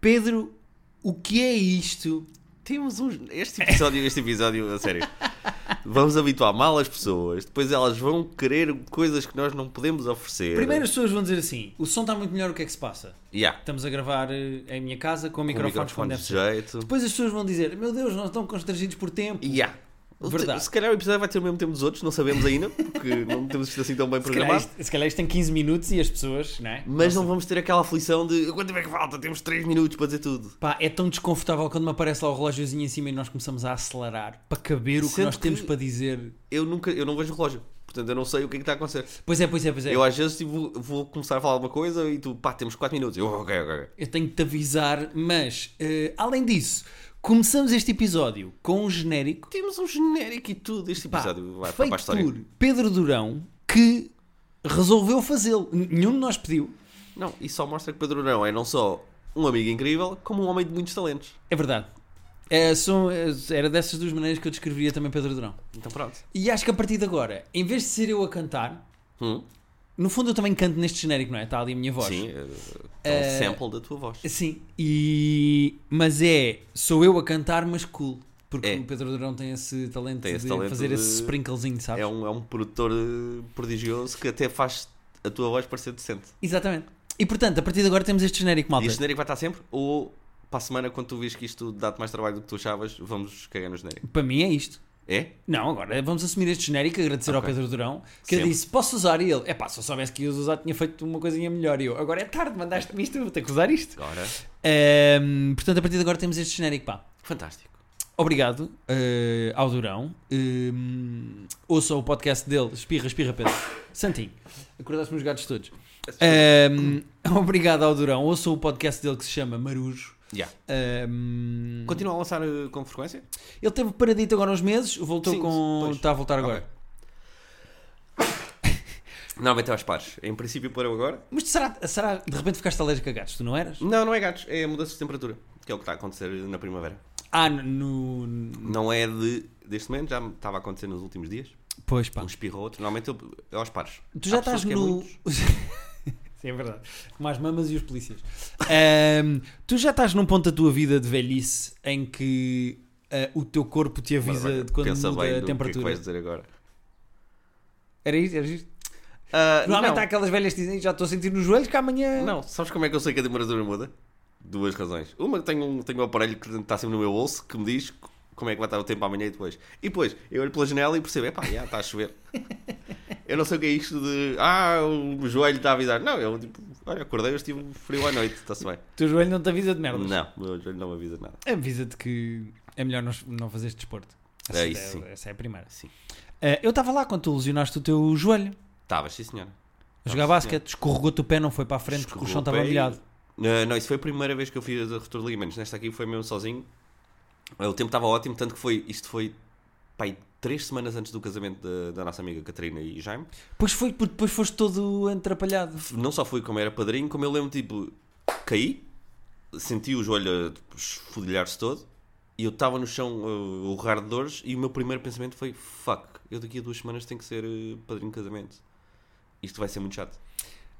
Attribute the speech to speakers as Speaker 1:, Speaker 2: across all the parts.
Speaker 1: Pedro, o que é isto?
Speaker 2: Temos uns. Este episódio, este episódio, a sério. Vamos habituar mal as pessoas, depois elas vão querer coisas que nós não podemos oferecer.
Speaker 1: Primeiro as pessoas vão dizer assim: o som está muito melhor, o que é que se passa?
Speaker 2: Yeah.
Speaker 1: Estamos a gravar eh, em minha casa com
Speaker 2: Com
Speaker 1: microfones
Speaker 2: microfone
Speaker 1: como deve
Speaker 2: de
Speaker 1: ser.
Speaker 2: jeito.
Speaker 1: Depois as pessoas vão dizer: meu Deus, nós estamos constrangidos por tempo.
Speaker 2: Yeah.
Speaker 1: Verdade.
Speaker 2: Se calhar o episódio vai ter o mesmo tempo dos outros, não sabemos ainda, porque não temos isto assim tão bem
Speaker 1: Se calhar, é
Speaker 2: programado.
Speaker 1: isto, se calhar isto tem 15 minutos e as pessoas, não é?
Speaker 2: Mas não vamos ter aquela aflição de quanto tempo é que falta? Temos 3 minutos para dizer tudo.
Speaker 1: Pá, é tão desconfortável quando me aparece lá o relógiozinho em cima e nós começamos a acelerar para caber o que
Speaker 2: Sendo
Speaker 1: nós temos
Speaker 2: que-
Speaker 1: para dizer.
Speaker 2: Eu nunca, eu não vejo o relógio, portanto eu não sei o que é que está a acontecer.
Speaker 1: Pois é, pois é, pois é.
Speaker 2: Eu às vezes tipo, vou, vou começar a falar alguma coisa e tu, pá, temos 4 minutos. Eu, ok, ok, ok.
Speaker 1: Eu tenho que te avisar, mas eh, além disso, começamos este episódio com um genérico.
Speaker 2: Temos um genérico e tudo. Este
Speaker 1: Pá,
Speaker 2: episódio vai para
Speaker 1: feito
Speaker 2: a história.
Speaker 1: por Pedro Durão que resolveu fazê-lo. N- Nenhum de nós pediu.
Speaker 2: Não, e só mostra que Pedro não é não só um amigo incrível, como um homem de muitos talentos.
Speaker 1: É verdade. Eh, são, eh, era dessas duas maneiras que eu descreveria também Pedro Durão.
Speaker 2: Então pronto.
Speaker 1: E acho que a partir de agora, em vez de ser eu a cantar,
Speaker 2: Hum,
Speaker 1: no fundo eu também canto neste genérico, não é? Está ali a minha voz.
Speaker 2: sim, é, é um sample da tua voz.
Speaker 1: Sim, e... mas é, sou eu a cantar, mas cool. Porque
Speaker 2: É.
Speaker 1: o Pedro Durão tem esse talento
Speaker 2: Tem esse
Speaker 1: de
Speaker 2: talento
Speaker 1: fazer
Speaker 2: de-
Speaker 1: esse sprinklezinho, sabes?
Speaker 2: É um, é um produtor eh, prodigioso que até faz a tua voz parecer decente.
Speaker 1: Exatamente. E portanto, a partir de agora temos este
Speaker 2: E
Speaker 1: genérico malta.
Speaker 2: este genérico vai estar sempre? Ou para a semana, quando tu vês que isto dá-te mais trabalho do que tu achavas, vamos cagar no genérico?
Speaker 1: Para mim é isto.
Speaker 2: É?
Speaker 1: Não, agora vamos assumir este genérico e agradecer ao
Speaker 2: Ok.
Speaker 1: Pedro Durão que eu
Speaker 2: Sempre.
Speaker 1: disse: posso usar? E ele, é pá, se eu soubesse que ia usar, tinha feito uma coisinha melhor. E eu, agora é tarde, mandaste-me isto, eu vou ter que usar isto.
Speaker 2: Agora.
Speaker 1: Ahm, portanto, a partir de agora temos este genérico, pá.
Speaker 2: Fantástico.
Speaker 1: Obrigado eh, ao Durão. Ahm, ouça o podcast dele, espirra, espirra, Pedro. Santinho, acordaste-me os gatos todos. Ahm, obrigado ao Durão. Ouça o podcast dele que se chama Marujo.
Speaker 2: Yeah.
Speaker 1: Ahm,
Speaker 2: Continua a lançar eh, com frequência?
Speaker 1: ele teve paradito agora uns meses, voltou
Speaker 2: Sim,
Speaker 1: com.
Speaker 2: pois.
Speaker 1: Está a voltar agora.
Speaker 2: Ok. Normalmente é aos pares. Em princípio, para eu agora.
Speaker 1: Mas será, será de repente ficaste alérgico a gatos? Tu não eras?
Speaker 2: Não, não é gatos, é mudanças de temperatura, que é o que está a acontecer na primavera.
Speaker 1: Ah, no. no-
Speaker 2: Não é de, deste momento, já me estava a acontecer nos últimos dias.
Speaker 1: Pois pá.
Speaker 2: Um espirro ou outro, normalmente eu- é aos pares.
Speaker 1: Tu já
Speaker 2: Há pessoas
Speaker 1: estás
Speaker 2: que é
Speaker 1: no.
Speaker 2: muitos.
Speaker 1: Sim, é verdade. Como as mamas e os polícias. Ahm, tu já estás num ponto da tua vida de velhice em que ah, o teu corpo te avisa
Speaker 2: Bárbara,
Speaker 1: de quando
Speaker 2: pensa bem
Speaker 1: muda
Speaker 2: no
Speaker 1: a
Speaker 2: que é que
Speaker 1: temperatura.
Speaker 2: vais dizer agora.
Speaker 1: Era isto? Era isto?
Speaker 2: Ah,
Speaker 1: Normalmente
Speaker 2: não.
Speaker 1: há aquelas velhas que dizem já estou a sentir nos joelhos que amanhã.
Speaker 2: Não, sabes como é que eu sei que a temperatura muda? Duas razões. Uma, tenho um, tenho um aparelho que está sempre no meu bolso que me diz como é que vai estar o tempo amanhã e depois. E depois, eu olho pela janela e percebo, epá, já está a chover. eu não sei o que é isto de, ah, o joelho está a avisar. Não, eu tipo, olha, acordei, eu estive frio à noite, está-se bem.
Speaker 1: O teu joelho não te avisa de merda.
Speaker 2: Não, o meu joelho não me avisa de nada.
Speaker 1: Avisa-te que é melhor não, não fazeres desporto.
Speaker 2: É
Speaker 1: Essa
Speaker 2: isso, sim.
Speaker 1: Essa é a primeira.
Speaker 2: Sim.
Speaker 1: Ah, eu estava lá quando tu lesionaste o teu joelho.
Speaker 2: Estavas, Tá, sim senhora.
Speaker 1: A jogar basquete, escorregou-te o pé, não foi para a frente porque o chão estava molhado.
Speaker 2: Ah, não, isso foi a primeira vez que eu fiz a ruptura de ligamentos. Nesta aqui foi mesmo sozinho. Ah, O tempo estava ótimo, tanto que foi, isto foi, pai, três semanas antes do casamento da, da nossa amiga Catarina e Jaime.
Speaker 1: Pois foi, porque depois foste todo atrapalhado.
Speaker 2: Não só fui como era padrinho, como eu lembro, tipo, caí, senti o joelho a, tipo, esfodilhar-se todo. E eu estava no chão ah, a urrar de dores e o meu primeiro pensamento foi Fuck, eu daqui a duas semanas tenho que ser ah, padrinho de casamento. Isto vai ser muito chato.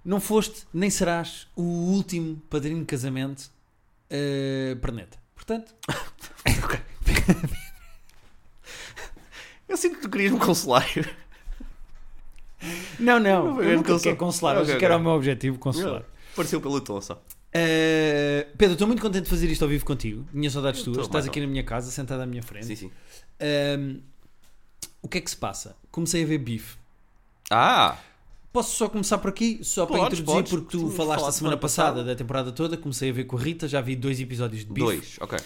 Speaker 1: Não foste, nem serás, o último padrinho de casamento eh, perneta. Portanto,
Speaker 2: Eu sinto que tu querias me consolar. Não
Speaker 1: não, não,
Speaker 2: foi
Speaker 1: eu
Speaker 2: grande
Speaker 1: nunca te
Speaker 2: consolo.
Speaker 1: quero consolar, mas
Speaker 2: Ok,
Speaker 1: que era o
Speaker 2: ok.
Speaker 1: meu objetivo, consolar.
Speaker 2: Pareceu pelo tom só.
Speaker 1: Eh, Pedro, estou muito contente de fazer isto ao vivo contigo. Minhas saudades tuas,
Speaker 2: estou,
Speaker 1: estás
Speaker 2: mais
Speaker 1: aqui na minha casa, sentado à minha frente.
Speaker 2: Sim, sim.
Speaker 1: Ehm, o que é que se passa? Comecei a ver bife.
Speaker 2: Ah!
Speaker 1: Posso só começar por aqui, só para
Speaker 2: Podes,
Speaker 1: introduzir,
Speaker 2: podes,
Speaker 1: porque
Speaker 2: tu
Speaker 1: tu falaste a
Speaker 2: falaste
Speaker 1: semana
Speaker 2: semana passada.
Speaker 1: passada da temporada toda, comecei a ver com a Rita, já vi dois episódios de bife.
Speaker 2: Dois, ok.
Speaker 1: Uh,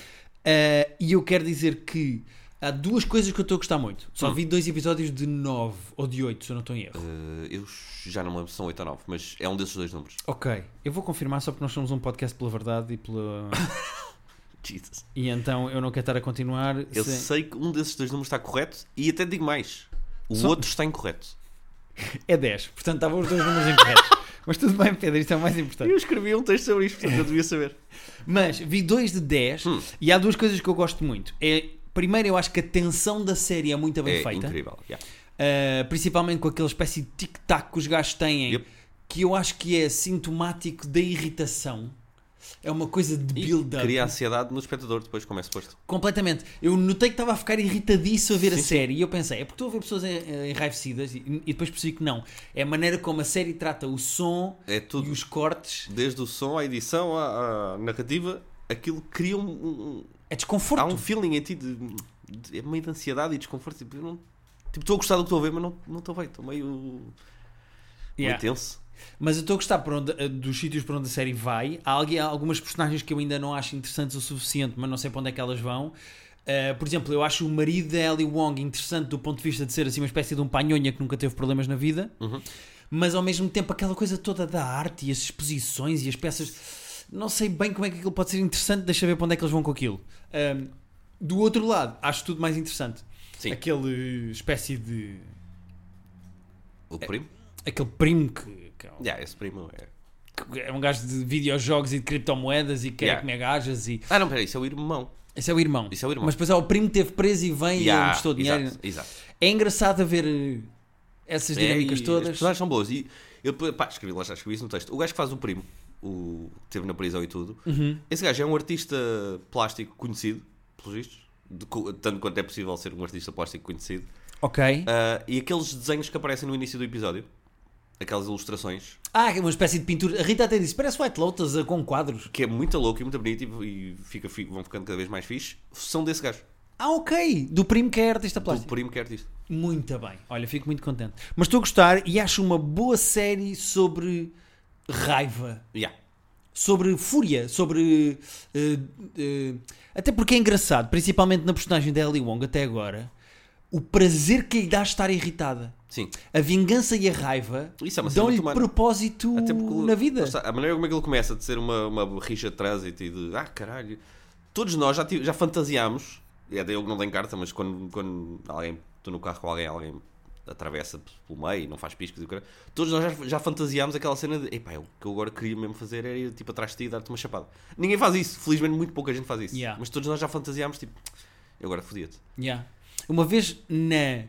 Speaker 1: e eu quero dizer que há duas coisas que eu estou a gostar muito. Só vi dois episódios de 9 ou de 8, se eu não estou em erro.
Speaker 2: Hum. Eh, eu já não me lembro se são 8 ou 9, mas é um desses dois números.
Speaker 1: Ok, eu vou confirmar só porque nós somos um podcast pela verdade e pela.
Speaker 2: Jesus.
Speaker 1: e então eu não quero estar a continuar.
Speaker 2: Eu
Speaker 1: sem-
Speaker 2: sei que um desses dois números está correto e até digo mais. O
Speaker 1: Só-
Speaker 2: outro está incorreto.
Speaker 1: É 10, portanto estavam os dois números incorretos. Mas tudo bem, Pedro, isto é o mais importante.
Speaker 2: Eu escrevi um texto sobre isto, portanto eu devia saber.
Speaker 1: Mas vi dois de 10
Speaker 2: Hum.
Speaker 1: e há duas coisas que eu gosto muito. É, primeiro, eu acho que a tensão da série é muito bem
Speaker 2: é
Speaker 1: feita.
Speaker 2: incrível. yeah.
Speaker 1: Uh, principalmente com aquela espécie de tic-tac que os gajos têm,
Speaker 2: Yep.
Speaker 1: que eu acho que é sintomático da irritação. É uma coisa de
Speaker 2: E um
Speaker 1: build-up.
Speaker 2: Cria ansiedade no espectador depois, como é suposto.
Speaker 1: Completamente. Eu notei que estava a ficar irritadíssimo a ver a
Speaker 2: Sim, sim.
Speaker 1: série e eu pensei, é porque estou a ver pessoas en- enraivecidas e e depois percebi que não. É a maneira como a série trata o som
Speaker 2: É
Speaker 1: e
Speaker 2: tudo.
Speaker 1: os cortes.
Speaker 2: Desde o som, à edição, à, à narrativa, aquilo cria um- um. um-
Speaker 1: É desconforto.
Speaker 2: Há um feeling em ti de, de, é meio de ansiedade e desconforto. Tipo, eu não. Tipo, estou a gostar do que estou a ver, mas não não estou bem. Estou meio, meio
Speaker 1: Yeah.
Speaker 2: tenso.
Speaker 1: Mas eu estou a gostar por onde- eh, dos sítios para onde a série vai. Há algu- há algumas personagens que eu ainda não acho interessantes o suficiente, mas não sei para onde é que elas vão. Eh, por exemplo, eu acho o marido da Ellie Wong interessante do ponto de vista de ser assim uma espécie de um panhonha que nunca teve problemas na vida, mas ao mesmo tempo aquela coisa toda da arte e as exposições e as peças, não sei bem como é que aquilo pode ser interessante, deixa ver para onde é que eles vão com aquilo. Ahm, do outro lado, acho tudo mais interessante.
Speaker 2: Sim.
Speaker 1: Aquele espécie de.
Speaker 2: O primo?
Speaker 1: aquele primo que, que é um
Speaker 2: É. Yeah, esse primo é.
Speaker 1: que é um gajo de videojogos e de criptomoedas e quer
Speaker 2: Yeah.
Speaker 1: comer gajas e...
Speaker 2: Ah, não, peraí, isso é o irmão.
Speaker 1: Esse é o irmão.
Speaker 2: Isso é o irmão.
Speaker 1: Mas depois há o primo que teve preso e vem e ele
Speaker 2: Yeah,
Speaker 1: emprestou dinheiro.
Speaker 2: Exato, exato.
Speaker 1: É engraçado a ver eh, essas dinâmicas
Speaker 2: É, e As
Speaker 1: todas.
Speaker 2: personagens são boas. E eu, pá, escrevi lá, já escrevi isso no texto. O gajo que faz o primo, o que esteve na prisão e tudo,
Speaker 1: Uhum.
Speaker 2: esse gajo é um artista plástico conhecido, pelos vistos, de co- tanto quanto é possível ser um artista plástico conhecido.
Speaker 1: Ok.
Speaker 2: Ah, e aqueles desenhos que aparecem no início do episódio, aquelas ilustrações,
Speaker 1: Ah, é uma espécie de pintura. A Rita até disse, parece White Lotus eh, com quadros.
Speaker 2: que é muito louco e muito bonito e, e fica, fi- vão ficando cada vez mais fixe, são desse gajo.
Speaker 1: Ah, ok. Do primo que é artista
Speaker 2: Do
Speaker 1: plástico.
Speaker 2: primo que é artista.
Speaker 1: Muito bem. Olha, fico muito contente. Mas estou a gostar e acho uma boa série sobre raiva.
Speaker 2: Yeah.
Speaker 1: sobre fúria, sobre. eh, eh, até porque é engraçado, principalmente na personagem da Ellie Wong até agora, o prazer que lhe dá estar irritada.
Speaker 2: Sim.
Speaker 1: A vingança e a raiva
Speaker 2: Isso é uma cena
Speaker 1: dão-lhe
Speaker 2: muito humana.
Speaker 1: propósito
Speaker 2: Até porque
Speaker 1: na vida.
Speaker 2: lá está, A maneira como aquilo começa de ser uma, uma rixa de trânsito e de ah caralho. Todos nós já, tive- já fantasiámos, e até eu que não tenho carta, mas quando, quando alguém, estou no carro com alguém, alguém atravessa pelo meio e não faz piscas e o caralho, todos nós já, já fantasiámos aquela cena de epá, é o que eu agora queria mesmo fazer era ir tipo atrás de ti e dar-te uma chapada. Ninguém faz isso, felizmente muito pouca gente faz isso.
Speaker 1: Yeah.
Speaker 2: Mas todos nós já fantasiámos tipo, eu agora fodia-te.
Speaker 1: Yeah. Uma vez na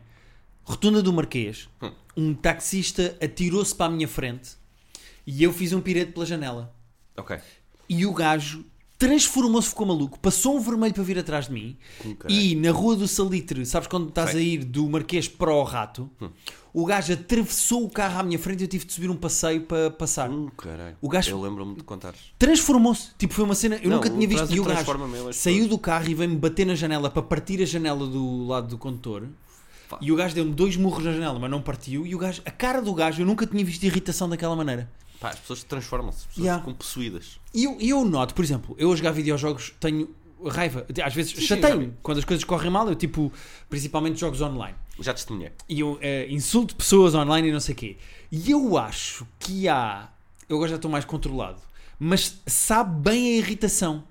Speaker 1: Rotunda do Marquês,
Speaker 2: Hum.
Speaker 1: um taxista atirou-se para a minha frente e eu fiz um pirete pela janela.
Speaker 2: Ok.
Speaker 1: E o gajo transformou-se, ficou maluco, passou um vermelho para vir atrás de mim.
Speaker 2: Com caralho.
Speaker 1: E na rua do Salitre, sabes quando estás
Speaker 2: Sei. Hum.
Speaker 1: a ir do Marquês para o Rato, o gajo atravessou o carro à minha frente e eu tive de subir um passeio para passar.
Speaker 2: Hum, caralho.
Speaker 1: O gajo-
Speaker 2: Eu lembro-me de contares.
Speaker 1: Transformou-se, tipo, foi uma cena, eu
Speaker 2: Não,
Speaker 1: nunca
Speaker 2: o
Speaker 1: tinha visto.
Speaker 2: trânsito
Speaker 1: E o gajo
Speaker 2: transforma-me, eu acho
Speaker 1: saiu do carro e veio-me bater na janela para partir a janela do lado do condutor.
Speaker 2: Pá.
Speaker 1: E o gajo deu-me dois murros na janela, mas não partiu. E o gajo, a cara do gajo, eu nunca tinha visto irritação daquela maneira.
Speaker 2: Pá, as pessoas transformam-se, as pessoas
Speaker 1: Yeah.
Speaker 2: ficam possuídas.
Speaker 1: E eu, e eu noto, por exemplo, eu a jogar videojogos tenho raiva. Às vezes
Speaker 2: sim, já
Speaker 1: chateio-me quando as coisas correm mal. Eu, tipo, principalmente jogos online.
Speaker 2: Já testemunhei.
Speaker 1: E eu eh, insulto pessoas online e não sei o quê. E eu acho que há. Eu agora já estou mais controlado. Mas sabe bem a irritação.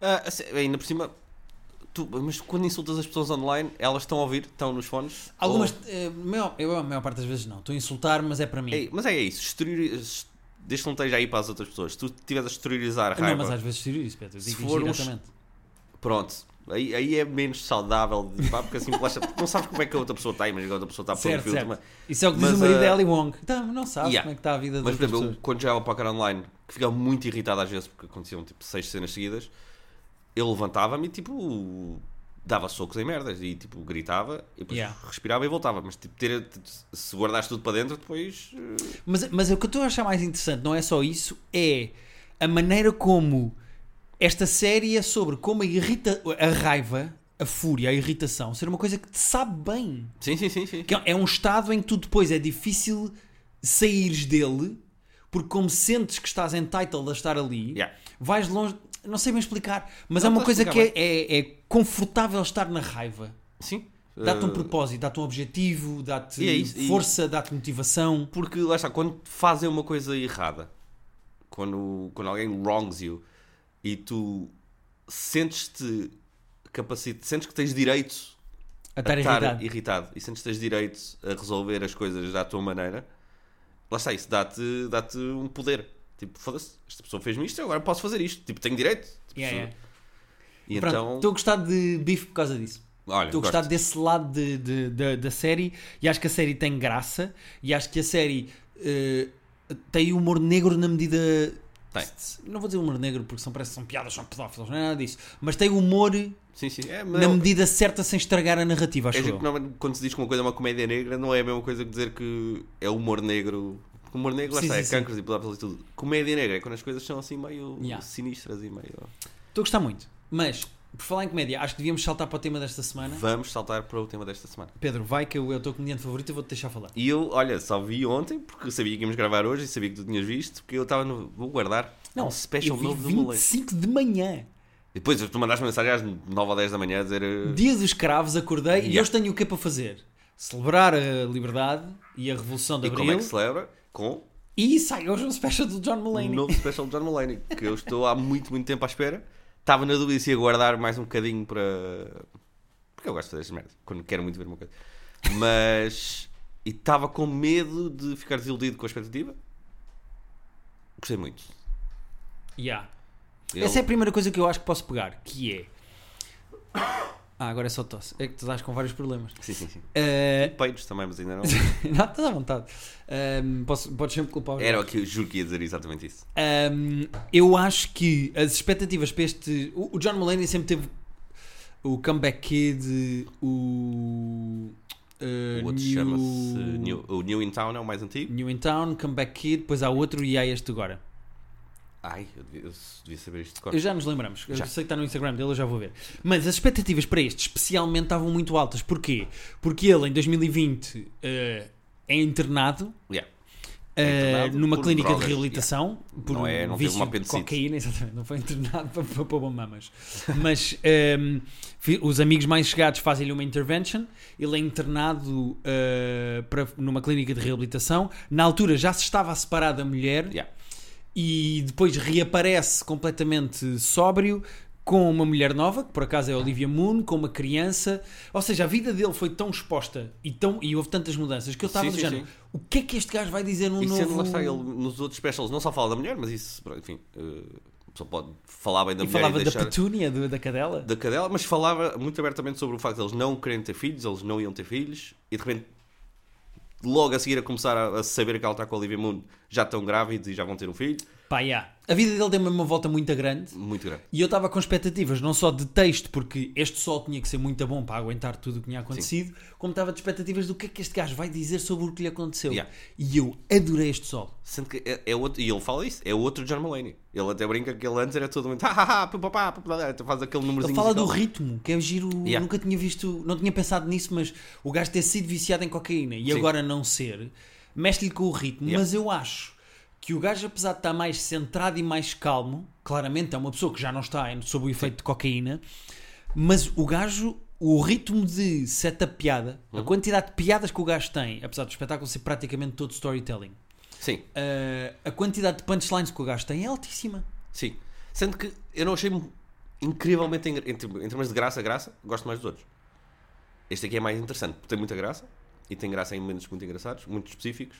Speaker 2: Ah, assim, ainda por cima, tu- mas quando insultas as pessoas online, elas estão a ouvir, estão nos fones.
Speaker 1: Algumas.
Speaker 2: Ou-
Speaker 1: eh, maior- eu, a maior parte das vezes não. Estou a insultar, mas é para mim.
Speaker 2: É, mas é isso, exterior, desde que não esteja aí para as outras pessoas. Se tu estiveres a exteriorizar a
Speaker 1: não,
Speaker 2: raiva,
Speaker 1: mas às vezes tiro isso, Pedro. Eu
Speaker 2: Se
Speaker 1: digo
Speaker 2: for
Speaker 1: isto
Speaker 2: um-
Speaker 1: diretamente.
Speaker 2: pronto. Aí, aí é menos saudável, de- pá, porque assim, relaxa, porque não sabes como é que a outra pessoa está, imagina que a outra pessoa está por um
Speaker 1: Certo,
Speaker 2: filtro.
Speaker 1: certo.
Speaker 2: Mas,
Speaker 1: Isso é o que diz
Speaker 2: Mas,
Speaker 1: o marido
Speaker 2: eh,
Speaker 1: da Ellie Wong. Então, não sabes
Speaker 2: Yeah.
Speaker 1: como é que está a vida das
Speaker 2: mas, por
Speaker 1: outras
Speaker 2: exemplo, eu,
Speaker 1: pessoas.
Speaker 2: quando jogava Poker Online, que ficava muito irritado às vezes, porque aconteciam tipo seis cenas seguidas, eu levantava-me e tipo. Dava socos em merdas e tipo gritava, e depois
Speaker 1: Yeah.
Speaker 2: respirava e voltava. Mas tipo, ter, se guardaste tudo para dentro, depois eh,
Speaker 1: Mas, mas o que eu estou a achar mais interessante não é só isso, é a maneira como esta série é sobre como a, irrita, a raiva, a fúria, a irritação ser uma coisa que te sabe bem.
Speaker 2: Sim, sim, sim, sim.
Speaker 1: Que é- é um estado em que tu depois é difícil saíres dele, porque como sentes que estás entitled a estar ali,
Speaker 2: Yeah.
Speaker 1: vais longe. Não sei bem explicar, mas
Speaker 2: Não,
Speaker 1: é uma
Speaker 2: estás a
Speaker 1: coisa que é,
Speaker 2: explicar
Speaker 1: é- é confortável estar na raiva.
Speaker 2: Sim.
Speaker 1: Dá-te um
Speaker 2: Eh,
Speaker 1: propósito, dá-te um objetivo, dá-te
Speaker 2: e é isso, e-
Speaker 1: força, dá-te motivação.
Speaker 2: Porque lá está, quando fazem uma coisa errada, quando, quando alguém wrongs you e tu sentes-te capacitado, sentes que tens direito
Speaker 1: A estar irritado.
Speaker 2: irritado e sentes que tens direito a resolver as coisas da tua maneira, lá está, isso dá-te dá um poder. Tipo, foda-se, esta pessoa fez-me isto, eu agora posso fazer isto. Tipo, tenho direito. Tipo,
Speaker 1: Yeah,
Speaker 2: se-
Speaker 1: yeah.
Speaker 2: E
Speaker 1: Pronto,
Speaker 2: então,
Speaker 1: estou a gostar de bife por causa disso.
Speaker 2: olha,
Speaker 1: Estou a
Speaker 2: gosto.
Speaker 1: gostar desse lado de- de- de- da série e acho que a série tem graça e acho que a série eh, tem humor negro na medida
Speaker 2: Tem.
Speaker 1: Não vou dizer humor negro porque são, parece que são piadas, são pedófilos, não é nada disso. Mas tem humor
Speaker 2: Sim, sim. É,
Speaker 1: na
Speaker 2: mas não,
Speaker 1: medida certa sem estragar a narrativa, acho
Speaker 2: é
Speaker 1: eu.
Speaker 2: que normalmente quando se diz que uma coisa é uma comédia negra, não é a mesma coisa que dizer que é humor negro. Humor negro, lá
Speaker 1: Sim,
Speaker 2: está,
Speaker 1: sim,
Speaker 2: é
Speaker 1: sim.
Speaker 2: cancros e pedófilos e tudo. Comédia negra é quando as coisas são assim meio
Speaker 1: Yeah.
Speaker 2: sinistras e meio.
Speaker 1: Estou a gostar muito. Mas, por falar em comédia, acho que devíamos saltar para o tema desta semana.
Speaker 2: Vamos saltar para o tema desta semana.
Speaker 1: Pedro, vai que eu é o teu comediante favorito e vou-te deixar falar.
Speaker 2: E eu, olha, só vi ontem porque sabia que íamos gravar hoje e sabia que tu tinhas visto, porque eu estava no. Vou guardar. um special
Speaker 1: eu vi
Speaker 2: novo do Moleque.
Speaker 1: 25 de manhã.
Speaker 2: Depois tu mandaste mensagem às 9 ou 10 da manhã a dizer. eh,
Speaker 1: Dia dos Cravos, acordei e
Speaker 2: Yeah.
Speaker 1: hoje tenho o que para fazer? Celebrar a liberdade e a revolução de
Speaker 2: E
Speaker 1: Abril.
Speaker 2: como é que se celebra? Com
Speaker 1: E sai hoje um special do John
Speaker 2: um
Speaker 1: Mulaney.
Speaker 2: novo special de John Mulaney, que eu estou há muito, muito tempo à espera. Estava na dúvida se ia guardar mais um bocadinho para. Porque eu gosto de fazer estas merdas, quando quero muito ver uma coisa. Mas. E estava com medo de ficar desiludido com a expectativa. Gostei muito.
Speaker 1: Yeah.
Speaker 2: Ele-
Speaker 1: Essa é a primeira coisa que eu acho que posso pegar, que é... Ah, agora é só tosse. É que tu estás com vários problemas.
Speaker 2: Sim, sim, sim.
Speaker 1: Eh,
Speaker 2: Peitos também, mas ainda não.
Speaker 1: não, estás à vontade. Ehm, posso, podes sempre culpar os
Speaker 2: Era o que eu juro que ia dizer exatamente isso.
Speaker 1: Um, eu acho que as expectativas para este. O, o John Mulaney sempre teve o Comeback Kid, o. uh,
Speaker 2: O outro
Speaker 1: New-
Speaker 2: chama-se. New- O New in Town é o mais antigo.
Speaker 1: New in Town, Comeback Kid, depois há outro e há este agora.
Speaker 2: Ai, eu devia, eu devia saber isto de cor.
Speaker 1: Eu já nos lembramos. Eu
Speaker 2: Já.
Speaker 1: sei que está no Instagram dele, eu já vou ver. Mas as expectativas para este especialmente estavam muito altas. Porquê? Porque ele em 2020 uh, é internado.
Speaker 2: Yeah.
Speaker 1: Uh,
Speaker 2: É internado
Speaker 1: numa
Speaker 2: por
Speaker 1: clínica
Speaker 2: drogas,
Speaker 1: de reabilitação por
Speaker 2: Não é-
Speaker 1: um
Speaker 2: não teve
Speaker 1: vício
Speaker 2: uma
Speaker 1: de
Speaker 2: apendicite.
Speaker 1: cocaína, exatamente, não foi internado para, para, para mamas. Mas um, fi- os amigos mais chegados fazem-lhe uma intervention, ele é internado uh, para, numa clínica de reabilitação. Na altura já se estava a separar da mulher
Speaker 2: Yeah.
Speaker 1: e depois reaparece completamente sóbrio com uma mulher nova, que por acaso é a Olivia Moon, com uma criança. Ou seja, a vida dele foi tão exposta e, tão, e houve tantas mudanças que eu estava
Speaker 2: Sim,
Speaker 1: do
Speaker 2: sim,
Speaker 1: género,
Speaker 2: sim.
Speaker 1: o que é que este gajo vai dizer num
Speaker 2: E
Speaker 1: novo...
Speaker 2: sendo lá está é ele nos outros specials, não só fala da mulher, mas isso, pronto, enfim, eh, a pessoa pode falar bem da
Speaker 1: E
Speaker 2: mulher
Speaker 1: falava
Speaker 2: e
Speaker 1: da
Speaker 2: deixar
Speaker 1: petúnia, do- da cadela?
Speaker 2: da cadela, mas falava muito abertamente sobre o facto de eles não quererem ter filhos, eles não iam ter filhos, e de repente, logo a seguir a começar a, a saber que ela está com a Olivia Moon, já estão grávidos e já vão ter um filho,
Speaker 1: Pá, yeah. A vida dele deu uma volta muito grande.
Speaker 2: muito grande.
Speaker 1: E eu estava com expectativas, não só de texto, porque este sol tinha que ser muito bom para aguentar tudo o que tinha acontecido, como estava de expectativas do que é que este gajo vai dizer sobre o que lhe aconteceu.
Speaker 2: Yeah.
Speaker 1: E eu adorei este sol.
Speaker 2: Sendo que é, é outro, e ele fala isso, é outro John Mulaney. Ele até brinca que ele antes era todo muito, "Ah, ah, ah, papapá, papapá", então faz aquele
Speaker 1: Ele
Speaker 2: númerozinho.
Speaker 1: fala do
Speaker 2: musical.
Speaker 1: ritmo, que é giro.
Speaker 2: Yeah.
Speaker 1: Nunca tinha visto, não tinha pensado nisso, mas o gajo ter sido viciado em cocaína e agora não ser, mexe-lhe com o ritmo.
Speaker 2: Yeah.
Speaker 1: Mas eu acho que o gajo, apesar de estar mais centrado e mais calmo, claramente é uma pessoa que já não está em- sob o efeito de cocaína, mas o gajo, o ritmo de seta piada,
Speaker 2: Uhum.
Speaker 1: a quantidade de piadas que o gajo tem, apesar do espetáculo ser praticamente todo storytelling,
Speaker 2: Sim.
Speaker 1: eh, a quantidade de punchlines que o gajo tem é altíssima.
Speaker 2: Sim. Sendo que eu não achei incrivelmente engra- em, term- em termos de graça, graça, gosto mais dos outros. Este aqui é mais interessante, porque tem muita graça e tem graça em momentos muito engraçados, muito específicos,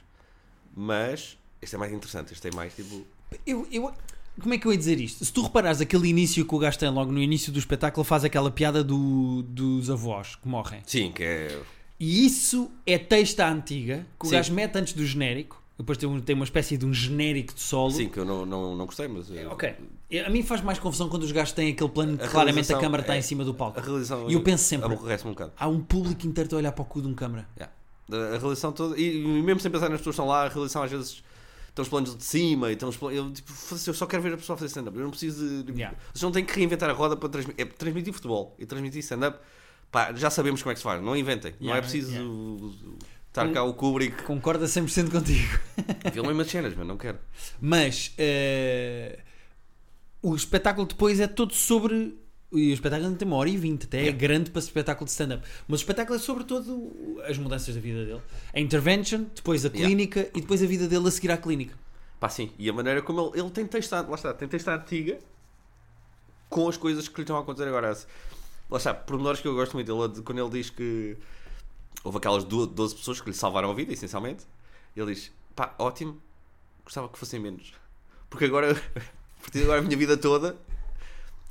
Speaker 2: mas este é mais interessante, este é mais tipo.
Speaker 1: Eu, eu- como é que eu ia dizer isto? Se tu reparares aquele início que o gajo tem logo no início do espetáculo, faz aquela piada do- dos avós que morrem.
Speaker 2: Sim, que é.
Speaker 1: E isso é texto à antiga, que o
Speaker 2: Sim.
Speaker 1: gajo mete antes do genérico, depois tem, um- tem uma espécie de um genérico de solo.
Speaker 2: Sim, que eu não, não, não gostei, mas. eh,
Speaker 1: Ok. É, A mim faz mais confusão quando os gajos têm aquele plano que
Speaker 2: A
Speaker 1: claramente a
Speaker 2: realização
Speaker 1: câmara está
Speaker 2: é-
Speaker 1: em cima do palco.
Speaker 2: A realização.
Speaker 1: E eu penso sempre-
Speaker 2: Aborrece-me um bocado.
Speaker 1: Há um público inteiro a olhar para o cu de um câmara.
Speaker 2: Yeah. A a relação toda, e e mesmo sem pensar nas pessoas que estão lá, a relação às vezes estão os planos de cima e estão os planos. Eu, tipo, foda-se, eu só quero ver a pessoa fazer stand-up. Eu não preciso de.
Speaker 1: Yeah.
Speaker 2: Vocês não têm que reinventar a roda para transmitir. É transmitir futebol e transmitir stand-up. Pá, já sabemos como é que se faz. Não inventem. não
Speaker 1: Yeah,
Speaker 2: é preciso
Speaker 1: yeah.
Speaker 2: uh, uh, estar cá o Kubrick.
Speaker 1: Concorda 100% contigo.
Speaker 2: Filmem umas cenas, mas não quero.
Speaker 1: Mas eh, o espetáculo depois é todo sobre. E o espetáculo ainda tem uma hora e vinte, até é grande para espetáculo de stand-up. Mas o espetáculo é sobre todo as mudanças da vida dele. A intervention, depois a
Speaker 2: Yeah.
Speaker 1: clínica e depois a vida dele a seguir à clínica.
Speaker 2: Pá, sim. E a maneira como ele, ele tem textado, lá está, tem textado antiga com as coisas que lhe estão a acontecer agora. Lá está, pormenores que eu gosto muito dele, de quando ele diz que houve aquelas du- 12 pessoas que lhe salvaram a vida, essencialmente. Ele diz, pá, ótimo, gostava que fossem menos. Porque agora, a partir de agora, a minha vida toda,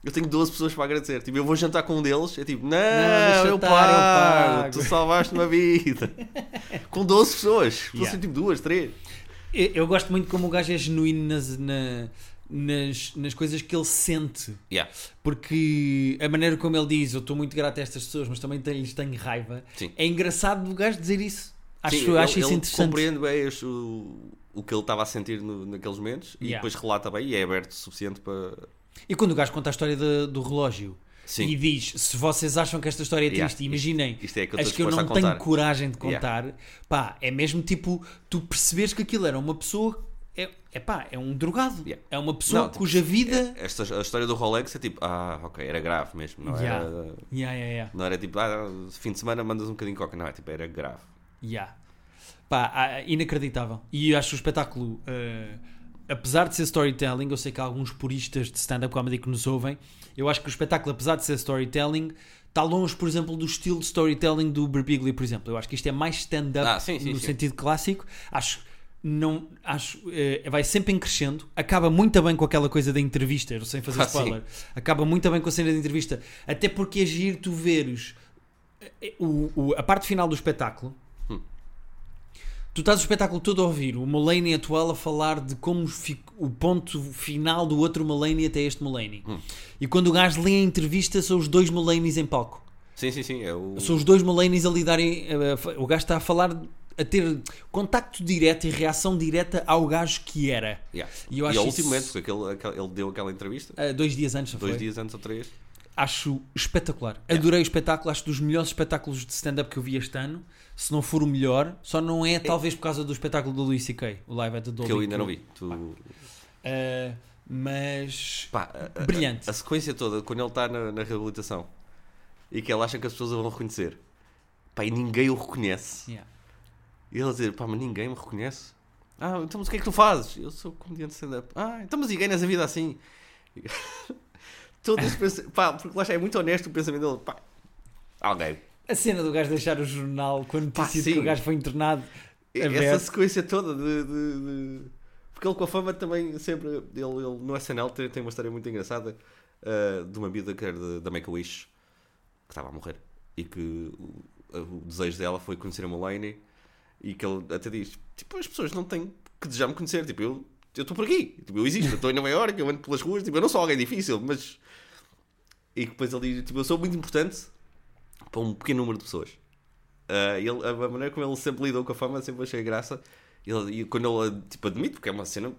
Speaker 2: eu tenho 12 pessoas para agradecer. Tipo, eu vou jantar com um deles, é tipo, não,
Speaker 1: deixa
Speaker 2: eu,
Speaker 1: estar, eu
Speaker 2: pago,
Speaker 1: pago."
Speaker 2: tu salvaste-me a vida. com 12 pessoas, fossem
Speaker 1: Yeah.
Speaker 2: tipo duas, três.
Speaker 1: Eu, eu gosto muito como o gajo é genuíno nas- na, nas, nas coisas que ele sente.
Speaker 2: Yeah.
Speaker 1: Porque a maneira como ele diz, eu estou muito grato a estas pessoas, mas também tenho- lhes tenho raiva.
Speaker 2: Sim.
Speaker 1: É engraçado o gajo dizer isso. Acho,
Speaker 2: Sim,
Speaker 1: eu
Speaker 2: ele-
Speaker 1: acho isso
Speaker 2: ele
Speaker 1: interessante.
Speaker 2: compreende bem este- o, o que ele estava a sentir no- naqueles momentos e
Speaker 1: Yeah.
Speaker 2: depois relata bem e é aberto o suficiente para.
Speaker 1: E quando o gajo conta a história da- do relógio
Speaker 2: Sim.
Speaker 1: e diz: Se vocês acham que esta história é
Speaker 2: Yeah.
Speaker 1: triste, imaginem.
Speaker 2: Isto é que eu
Speaker 1: Acho que
Speaker 2: estou
Speaker 1: eu
Speaker 2: disposto
Speaker 1: não
Speaker 2: a
Speaker 1: tenho
Speaker 2: contar.
Speaker 1: coragem de contar. Pá, é mesmo tipo, tu percebes que aquilo era uma pessoa. É, é pá, é um drogado.
Speaker 2: Yeah.
Speaker 1: É uma pessoa
Speaker 2: Não, tipo,
Speaker 1: cuja vida.
Speaker 2: Esta, a história do Rolex é tipo, ah, ok, era grave mesmo. Não,
Speaker 1: Yeah.
Speaker 2: era,
Speaker 1: Yeah, yeah, yeah.
Speaker 2: não era tipo, ah, fim de semana mandas um bocadinho de coca. Não, é tipo, era grave.
Speaker 1: Yeah. Pá, ah, inacreditável. E eu acho o espetáculo, eh, apesar de ser storytelling, eu sei que há alguns puristas de stand-up comedy que nos ouvem, eu acho que o espetáculo, apesar de ser storytelling, está longe, por exemplo, do estilo de storytelling do Birbiglia, por exemplo. Eu acho que isto é mais stand-up
Speaker 2: Ah, sim, sim,
Speaker 1: no
Speaker 2: sim.
Speaker 1: sentido clássico. Acho não acho eh, vai sempre em crescendo acaba muito bem com aquela coisa da entrevista sem fazer
Speaker 2: Ah, sim.
Speaker 1: spoiler acaba muito bem com a cena da entrevista até porque é giro tu veres eh, o- o- a parte final do espetáculo
Speaker 2: Hum.
Speaker 1: Tu estás o espetáculo todo a ouvir o Mulaney atual a falar de como fi- o ponto final do outro Mulaney até este Mulaney.
Speaker 2: Hum.
Speaker 1: E quando o gajo lê a entrevista, são os dois Mulaney's em palco.
Speaker 2: Sim, sim, sim. É o...
Speaker 1: São os dois Mulaney's a lidarem. a- a- o gajo está a falar, a ter contacto direto e reação direta ao gajo que era.
Speaker 2: Yeah.
Speaker 1: E
Speaker 2: E,
Speaker 1: eu acho
Speaker 2: ao
Speaker 1: isso-
Speaker 2: último momento, porque aquele, aquele- ele deu aquela entrevista,
Speaker 1: Ah, dois dias antes, não
Speaker 2: dois
Speaker 1: foi?
Speaker 2: dias antes ou três.
Speaker 1: Acho espetacular. Adorei o espetáculo, acho dos melhores espetáculos de stand-up que eu vi este ano. Se não for o melhor, só não é, talvez por causa do espetáculo do Luís C.K., o Live at the Dolby.
Speaker 2: que eu ainda não vi. Tu...
Speaker 1: Ah, mas.
Speaker 2: Pá, a- a-
Speaker 1: Brilhante.
Speaker 2: A, sequência toda, quando ele está na, na reabilitação e que ele acha que as pessoas o vão reconhecer, pá, e ninguém o reconhece.
Speaker 1: Yeah.
Speaker 2: E ele a dizer, pá, mas ninguém me reconhece. Ah, então mas o que é que tu fazes? Eu sou comediante de stand-up. Ah, então mas e ganhas a vida assim? Todo esse pensamento, pá, porque lá está, é muito honesto o pensamento dele, pá, alguém.
Speaker 1: A cena do gajo deixar o jornal quando
Speaker 2: Pá,
Speaker 1: notícia de
Speaker 2: sim.
Speaker 1: que o gajo foi internado.
Speaker 2: É Essa
Speaker 1: aberto.
Speaker 2: sequência toda de, de- de- Porque ele com a fama também sempre. Ele, ele no SNL tem, tem uma história muito engraçada ah, de uma miúda que era de- da Make-A-Wish que estava a morrer e que o, o desejo dela foi conhecer a Mulaney e que ele até diz: Tipo, as pessoas não têm que desejar me conhecer. Tipo, eu eu estou por aqui, tipo, eu existo, eu estou em Nova Iorque, eu ando pelas ruas, tipo, eu não sou alguém difícil, mas. E que depois ele diz: Tipo, eu sou muito importante para um pequeno número de pessoas. Ah, ele- a a maneira como ele sempre lidou com a fama sempre achei graça. Ele- e quando ele tipo, admite, porque é uma cena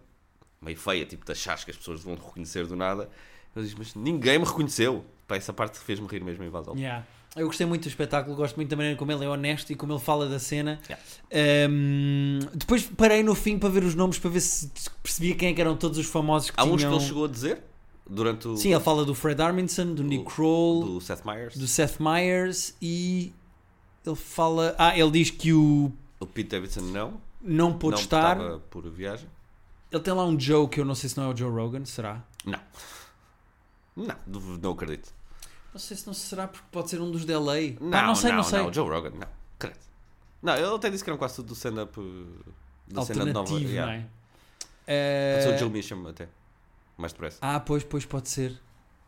Speaker 2: meio feia, tipo, de achar que as pessoas vão te reconhecer do nada, ele diz: Mas ninguém me reconheceu. Pá, essa parte fez-me rir mesmo em Vasal.
Speaker 1: Yeah. Eu gostei muito do espetáculo, gosto muito da maneira como ele é honesto e como ele fala da cena.
Speaker 2: Yeah.
Speaker 1: Um, depois parei no fim para ver os nomes, para ver se se percebia quem é que eram todos os famosos que
Speaker 2: Há uns que
Speaker 1: tinham.
Speaker 2: ele chegou a dizer durante o.
Speaker 1: Sim, ele fala do Fred Armisen, do Nick Kroll,
Speaker 2: do Seth Meyers,
Speaker 1: do... Seth Meyers e ele fala. Ah, ele diz que o
Speaker 2: o Pete Davidson não,
Speaker 1: não pôde
Speaker 2: não
Speaker 1: estar.
Speaker 2: estava por viagem.
Speaker 1: Ele tem lá um Joe que eu não sei se não é o Joe Rogan, será?
Speaker 2: Não, não, duv- não acredito.
Speaker 1: Não sei se não será porque pode ser um dos delay.
Speaker 2: Não,
Speaker 1: Pá, não sei, não,
Speaker 2: não,
Speaker 1: sei.
Speaker 2: Joe Rogan, não, acredito. Não, ele até disse que eram quase tudo do stand-up. eh, Do stand-up nova.
Speaker 1: Alternativo,
Speaker 2: yeah.
Speaker 1: não é? Eh,
Speaker 2: Pode ser o Joe Misham até. Mais depressa.
Speaker 1: Ah, pois, pois pode ser.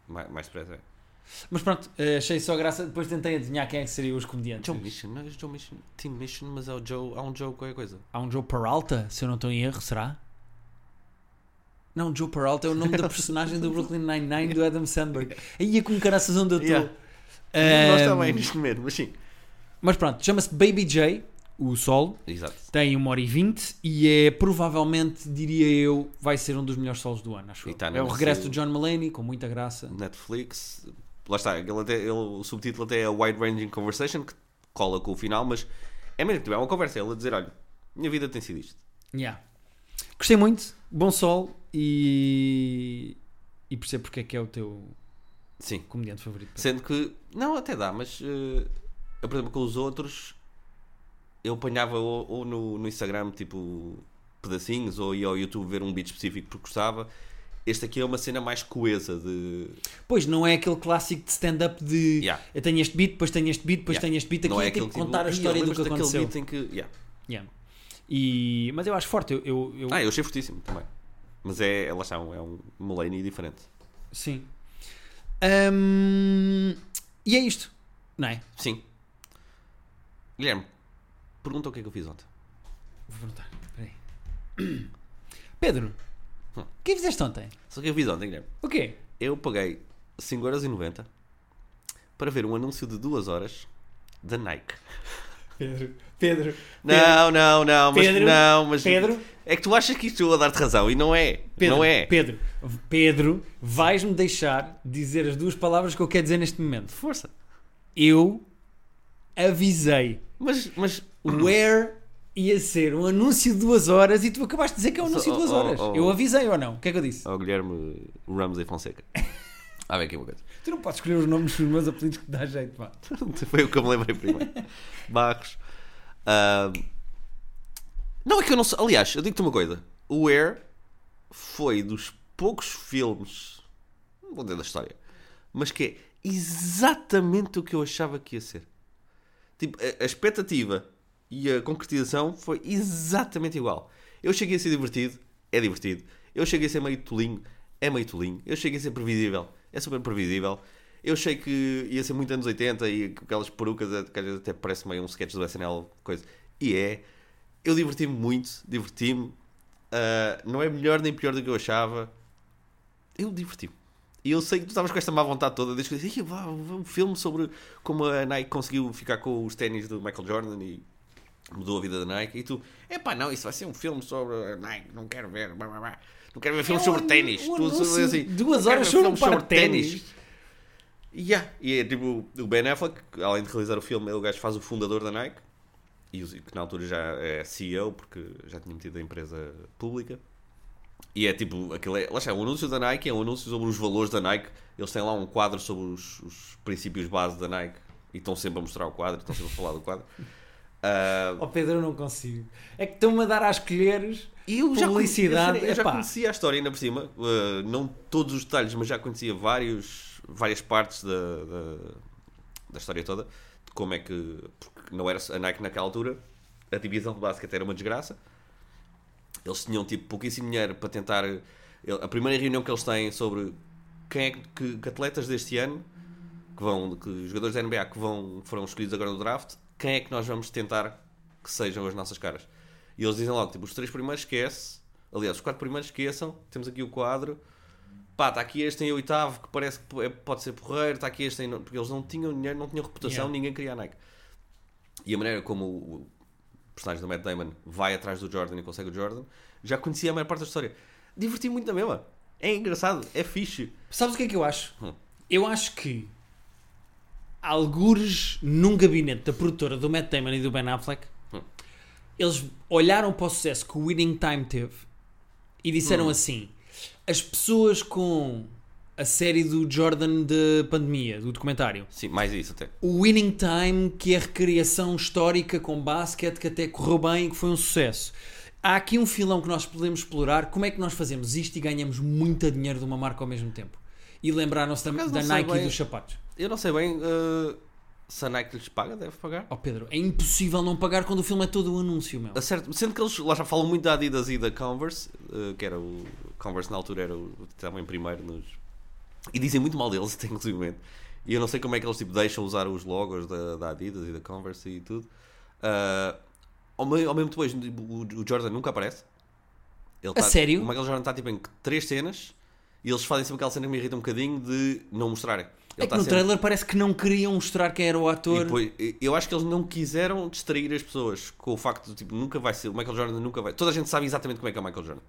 Speaker 2: Mais, mais depressa, é.
Speaker 1: Mas pronto, eh, achei só graça. Depois tentei adivinhar quem é que seriam os comediantes.
Speaker 2: Joe Misham, não é o Joe Misham. Tim Misham, mas é o Joe. Há um Joe qualquer coisa.
Speaker 1: Há um Joe Peralta, se eu não estou em erro, será? Não, Joe Peralta é o nome da personagem do Brooklyn Nine-Nine do Adam Sandberg. Aí é com caraças onde eu estou.
Speaker 2: Yeah.
Speaker 1: Eh,
Speaker 2: Nós também, neste momento, mas sim.
Speaker 1: mas pronto, chama-se Baby J, o solo.
Speaker 2: Exato.
Speaker 1: Tem 1 hora e 20 e é provavelmente, diria eu, vai ser um dos melhores solos do ano, acho
Speaker 2: E
Speaker 1: eu.
Speaker 2: tá
Speaker 1: é o
Speaker 2: nesse-
Speaker 1: regresso do John Mulaney, com muita graça.
Speaker 2: Netflix. Lá está, ele até, ele- o subtítulo até é Wide Ranging Conversation, que cola com o final, mas é mesmo, tipo, é uma conversa. Ele a dizer: olha, minha vida tem sido isto.
Speaker 1: Yeah. Gostei muito, bom sol e. e percebo porque é que é o teu
Speaker 2: Sim.
Speaker 1: comediante favorito.
Speaker 2: Sendo que, não, até dá, mas eh, eu, por exemplo, com os outros, eu apanhava ou, ou no, no Instagram, tipo, pedacinhos, ou ia ao YouTube ver um beat específico porque gostava. Este aqui é uma cena mais coesa de.
Speaker 1: Pois não é aquele clássico de stand-up de
Speaker 2: Yeah.
Speaker 1: eu tenho este beat, depois tenho este beat, depois tenho este beat, aqui
Speaker 2: não
Speaker 1: é
Speaker 2: aquele
Speaker 1: tipo contar a
Speaker 2: "Ih,
Speaker 1: história do que
Speaker 2: lembras-te daquele
Speaker 1: aconteceu.
Speaker 2: beat em que- yeah.
Speaker 1: Yeah. E, mas eu acho forte, eu, eu, eu-
Speaker 2: Ah, eu achei fortíssimo também. Mas é, é, lá está, um- é um Mulaney diferente.
Speaker 1: sim. Ahm, e é isto, não é?
Speaker 2: Sim. Guilherme, pergunta o que é que eu fiz ontem.
Speaker 1: Vou perguntar, peraí. Pedro,
Speaker 2: Hum.
Speaker 1: O que fizeste ontem?
Speaker 2: Só que eu vi ontem, Guilherme.
Speaker 1: O quê?
Speaker 2: Eu paguei 5,90€ para ver um anúncio de 2 horas da Nike.
Speaker 1: Pedro, Pedro,
Speaker 2: Não, não, não, mas
Speaker 1: Pedro,
Speaker 2: não, mas
Speaker 1: Pedro.
Speaker 2: é que tu achas que isto eu a dar-te razão e não é.
Speaker 1: Pedro,
Speaker 2: não é.
Speaker 1: Pedro, Pedro, vais-me deixar dizer as duas palavras que eu quero dizer neste momento.
Speaker 2: Força.
Speaker 1: Eu avisei.
Speaker 2: Mas, mas
Speaker 1: Where ia ser um anúncio de duas horas e tu acabaste de dizer que é um anúncio de duas
Speaker 2: oh,
Speaker 1: horas.
Speaker 2: oh.
Speaker 1: Eu avisei ou não? O que é que eu disse?
Speaker 2: ao Guilherme Ramos e Fonseca. Ah, vem aqui uma coisa.
Speaker 1: Tu não podes escolher os nomes dos meus apelidos que te dá jeito, pá.
Speaker 2: Foi o que eu me lembrei primeiro. Barros. Ahm, não, é que eu não sei. Aliás, eu digo-te uma coisa. O Air foi dos poucos filmes. Não vou dizer da história. Mas que é exatamente o que eu achava que ia ser. Tipo, a, a expectativa e a concretização foi exatamente igual. Eu cheguei a ser divertido, é divertido. Eu cheguei a ser meio tolinho, é meio tolinho. Eu cheguei a ser previsível, é super previsível. Eu achei que ia ser muito anos 80 e com aquelas perucas eh, que às vezes até parece meio um sketch do SNL, coisa. E é. Eu diverti-me muito, diverti-me. Ah, não é melhor nem pior do que eu achava. Eu diverti-me. E eu sei que tu estavas com esta má vontade toda, desde que eu disse, "Ih, vá, um filme sobre como a Nike conseguiu ficar com os ténis do Michael Jordan e mudou a vida da Nike. E tu, epá, não, isso vai ser um filme sobre a Nike, não quero ver, blá, blá, blá. não quero ver filmes
Speaker 1: um
Speaker 2: sobre
Speaker 1: anu-
Speaker 2: ténis.
Speaker 1: um
Speaker 2: Tu
Speaker 1: anúncio
Speaker 2: dizes assim,
Speaker 1: de
Speaker 2: "Não
Speaker 1: duas
Speaker 2: quero
Speaker 1: horas
Speaker 2: ver
Speaker 1: sobre um
Speaker 2: filmes
Speaker 1: par de ténis."
Speaker 2: Yeah. E é tipo o Ben Affleck, que, além de realizar o filme, é o gajo que faz o fundador da Nike, e o- que na altura já é CEO, porque já tinha metido a empresa pública. E é tipo, aquele é, lá está, o anúncio da Nike é um anúncio sobre os valores da Nike. Eles têm lá um quadro sobre os, os princípios base da Nike e estão sempre a mostrar o quadro, estão sempre a falar do quadro. Ah,
Speaker 1: Oh Pedro, eu não consigo. É que estão-me a dar às colheres
Speaker 2: e eu já,
Speaker 1: Publicidade,
Speaker 2: conhecia, eu já
Speaker 1: epá.
Speaker 2: conhecia a história ainda por cima, eh, não todos os detalhes, mas já conhecia vários, várias partes da, da, da história toda, de como é que. Porque não era a Nike naquela altura, a divisão de basquete era uma desgraça. Eles tinham tipo pouquíssimo dinheiro para tentar. eh, ele- A primeira reunião que eles têm sobre quem é que, que- que atletas deste ano, que vão, que jogadores da NBA que vão, foram escolhidos agora no draft, quem é que nós vamos tentar que sejam as nossas caras? E eles dizem logo, tipo, os três primeiros esquece, aliás, os quatro primeiros esqueçam, temos aqui o quadro, pá, está aqui este em oitavo, que parece que é- pode ser porreiro, está aqui este em... no- Porque eles não tinham dinheiro, não tinham reputação,
Speaker 1: Yeah.
Speaker 2: ninguém queria a Nike. E a maneira como o, o personagem do Matt Damon vai atrás do Jordan e consegue o Jordan, já conhecia a maior parte da história. Diverti-me muito na mesma. É engraçado, é fixe.
Speaker 1: Sabes o que é que eu acho?
Speaker 2: Hum.
Speaker 1: Eu acho que algures num gabinete da produtora do Matt Damon e do Ben Affleck,
Speaker 2: Hum.
Speaker 1: eles olharam para o sucesso que o Winning Time teve e disseram
Speaker 2: Hum.
Speaker 1: assim: as pessoas com a série do Jordan da pandemia, do documentário,
Speaker 2: Sim, mais isso até.
Speaker 1: o Winning Time, que é a recriação histórica com basquete, que até correu bem e que foi um sucesso. Há aqui um filão que nós podemos explorar. Como é que nós fazemos isto e ganhamos muito dinheiro de uma marca ao mesmo tempo? E lembraram-se da,
Speaker 2: acaso
Speaker 1: da
Speaker 2: não sei
Speaker 1: Nike e
Speaker 2: bem.
Speaker 1: dos sapatos.
Speaker 2: Eu não sei bem eh, se a Nike lhes paga, deve pagar.
Speaker 1: Oh Pedro, é impossível não pagar quando o filme é todo um anúncio, meu.
Speaker 2: A certo- sendo que eles lá já falam muito da Adidas e da Converse, eh, que era o Converse na altura era o que estava em primeiro nos. E dizem muito mal deles, até, inclusive. E eu não sei como é que eles tipo, deixam usar os logos da, da Adidas e da Converse e tudo. Ah, ao, meio, ao mesmo depois, tipo, o, o Jordan nunca aparece. Ele tá-
Speaker 1: sério?
Speaker 2: O Michael Jordan está tipo, em três cenas e eles fazem sempre aquela cena que me irrita um bocadinho de não mostrarem. Ele
Speaker 1: é que
Speaker 2: tá
Speaker 1: no
Speaker 2: sempre-
Speaker 1: trailer parece que não queriam mostrar quem era o
Speaker 2: e
Speaker 1: ator.
Speaker 2: depois, eu acho que eles não quiseram distrair as pessoas com o facto de, tipo, nunca vai ser. O Michael Jordan nunca vai. Toda a gente sabe exatamente como é que é o Michael Jordan.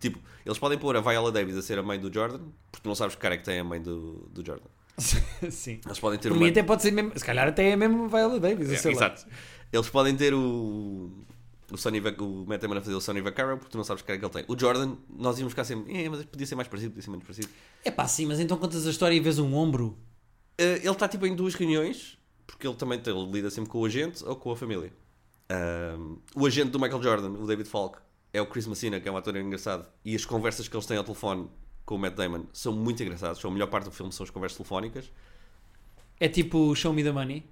Speaker 2: Tipo, eles podem pôr a Viola Davis a ser a mãe do Jordan, porque tu não sabes que cara é que tem a mãe do, do Jordan.
Speaker 1: Sim.
Speaker 2: Eles podem ter
Speaker 1: Por
Speaker 2: uma-
Speaker 1: mim até pode ser mesmo. Se calhar até é mesmo Viola Davis, eu
Speaker 2: é,
Speaker 1: sei lá.
Speaker 2: exato. Eles podem ter o. O, Sonny Vac- o Matt Damon a fazer o Sonny Vaccaro, porque tu não sabes que cara é que ele tem. O Jordan, nós íamos ficar sempre. É, mas podia ser mais parecido, podia ser menos parecido.
Speaker 1: É pá, sim, mas então contas a história e vês um ombro.
Speaker 2: Eh, ele está tipo em duas reuniões, porque ele também tem- ele lida sempre com o agente ou com a família. Ahm, o agente do Michael Jordan, o David Falk, é o Chris Messina, que é um ator engraçado, e as conversas que eles têm ao telefone com o Matt Damon são muito engraçadas. São a melhor parte do filme são as conversas telefónicas.
Speaker 1: É tipo Show Me the Money.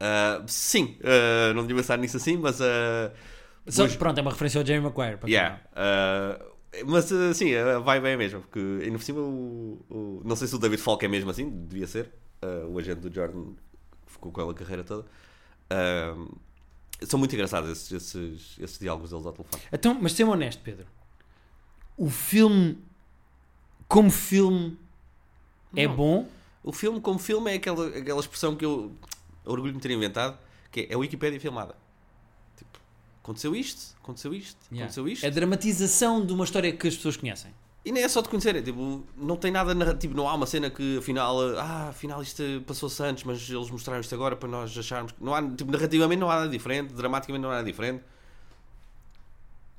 Speaker 2: Ah, sim, ah, não devia pensar nisso assim, mas ah,
Speaker 1: Só- pronto, é uma referência ao Jerry Maguire. Para quem não-
Speaker 2: Yeah. Uh, mas uh, sim, a vibe é a mesma, porque ainda por cima o, o- Não sei se o David Falk é mesmo assim, devia ser. uh, o agente do Jordan que ficou com ele a carreira toda. Uh, são muito engraçados esses, esses, esses diálogos deles ao telefone.
Speaker 1: Então, mas ser honesto, Pedro. o filme, como filme, é
Speaker 2: Não.
Speaker 1: bom.
Speaker 2: O filme, como filme, é aquela, aquela expressão que eu orgulho de me ter inventado, que é, é a Wikipédia filmada. Tipo, aconteceu isto, aconteceu isto,
Speaker 1: Yeah.
Speaker 2: aconteceu isto.
Speaker 1: É a dramatização de uma história que as pessoas conhecem.
Speaker 2: E nem é só de conhecerem, tipo, não tem nada narrativo, não há uma cena que afinal, ah, afinal isto passou-se antes, mas eles mostraram isto agora para nós acharmos. que- Não há, tipo, narrativamente não há nada diferente, dramaticamente não há nada diferente.